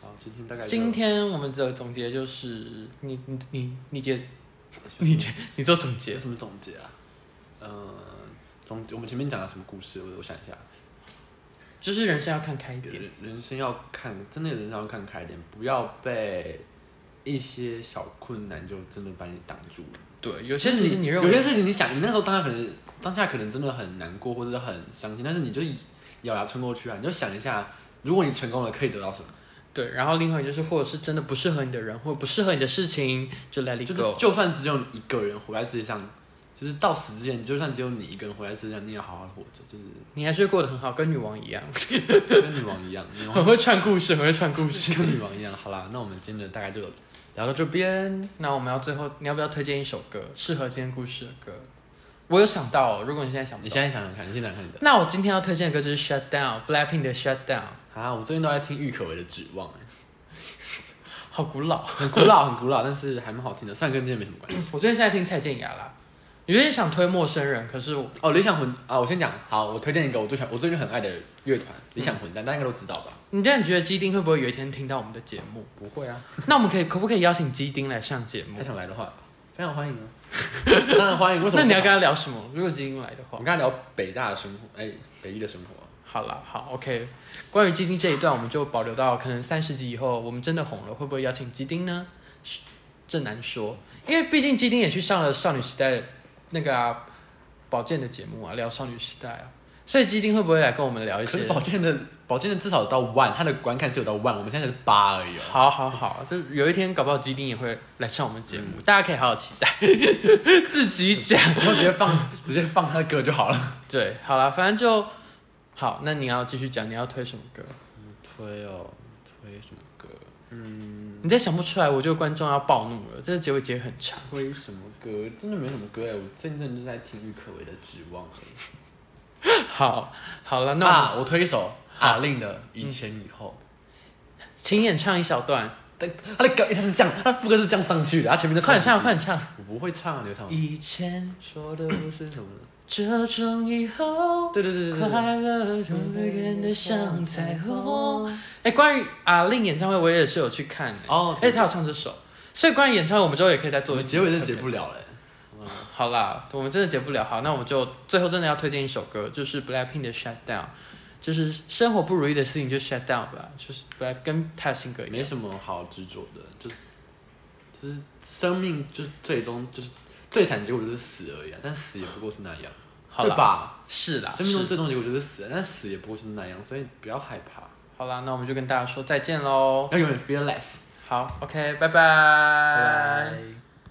C: 好，今哦天大概就
B: 今天我们的总结就是，你你你 你姐，你姐你做总结
C: 有，什么总结啊？嗯，总我们前面讲了什么故事？我我想一下，
B: 就是人生要看开一点。
C: 人人生要看，真的人生要看开一点，不要被一些小困难就真的把你挡住了。
B: 对，有些事情你认
C: 有些
B: 为
C: 事情你想，你那时候当下可能当下可能真的很难过，或者是很伤心，但是你就咬牙撑过去啊！你就想一下，如果你成功了，可以得到什么？
B: 对，然后另外就是，或者是真的不适合你的人，或者不适合你的事情，就 let it
C: 就是
B: go。
C: 就算只有你一个人活在世界上，就是到死之前，就算只有你一个人活在世界上，你也要好好地活着，就是
B: 你还是会过得很好，跟女王一样，
C: 跟女王一样，女
B: 很
C: 王
B: 会串故事，很会串故事。
C: 跟女王一样。好啦，那我们今天的大概就聊到这边。
B: 那我们要最后，你要不要推荐一首歌，适合今天故事的歌？我有想到、哦，如果你现在想不到，
C: 你现在想想看，你先想看你的
B: 那我今天要推荐的歌就是《Shut Down》，Blackpink 的《Shut Down》，
C: 啊！我最近都在听郁可唯的《指望》，哎，
B: 好 古老。
C: 很古老，很古老，但是还蛮好听的，虽然跟今天没什么关系。
B: 我最近在听蔡健雅啦，有点想推陌生人，可是我
C: 哦，理想混啊，我先讲，好，我推荐一个我最喜欢，我最近很爱的乐团，理想混蛋，大家应该都知道吧？
B: 你这样你觉得基丁会不会有一天听到我们的节目？
C: 不会啊，
B: 那我们可以可不可以邀请基丁来上节目
C: 他？想来的话，非常欢迎啊， 当然欢迎。 为什么？
B: 那你要跟他聊什么？如果基丁来的
C: 我
B: 话
C: 们，刚才聊北大的生活，哎、北一的生活啊，
B: 好了，好，OK。关于基丁这一段，我们就保留到可能三十集以后，我们真的红了，会不会邀请基丁呢？是这难说，因为毕竟基丁也去上了少女时代那个啊保健的节目啊，聊少女时代啊，所以基丁会不会来跟我们聊一
C: 可是？
B: 些
C: 保健的保健的至少有到万，他的观看是有到万，我们现在才是八而已哦。
B: 好好好，就是有一天搞不好基丁也会来上我们节目，
C: 嗯
B: 大家可以好好期待。自己讲，
C: 我们直接放直接放他的歌就好了。
B: 对，好了，反正就好。那你要继续讲，你要推什么歌？
C: 推哦，推什么歌？嗯
B: 你再想不出来，我就观众要暴怒了。这个结尾结得很长。
C: 推什么歌？真的没什么歌哎，我最近真的就是在听郁可唯的《指望》而已。
B: 好，好了，那我们
C: 啊，我推一首阿令的《以前以后》。
B: 请演唱一小段，
C: 但他的歌他是这样，他副歌是这样上去的，他前面的
B: 快点唱，快点唱。
C: 我不会唱啊，你会唱吗？
B: 以前
C: 说的不是什么？
B: 这种以后，
C: 对对对对对对。
B: 快乐终于变得像彩虹。哎，关于阿令演唱会，我也是有去看的
C: 哦
B: 哎，他有唱这首，所以关于演唱会，我们之后也可以再
C: 我
B: 做一
C: 们
B: 集
C: 结尾真的
B: 特别
C: 结不了了。
B: 好啦，我们真的解不了。好，那我们就最后真的要推荐一首歌，就是 Blackpink 的 Shut Down，就是生活不如意的事情就 Shut Down 吧，就是 Black 跟他的性格一
C: 没
B: 样。
C: 什么好执着的，就是就是生命就是最终就是最惨结果就是死而已啊，但死也不过是那样，
B: 好
C: 对
B: 啦，
C: 吧？
B: 是啦，
C: 生命中
B: 是。
C: 最终结果就是死，但死也不过是那样，所以不要害怕，
B: 好啦，那我们就跟大家说再见喽。
C: 要永远 fearless。
B: 好，OK，拜拜。
C: 拜拜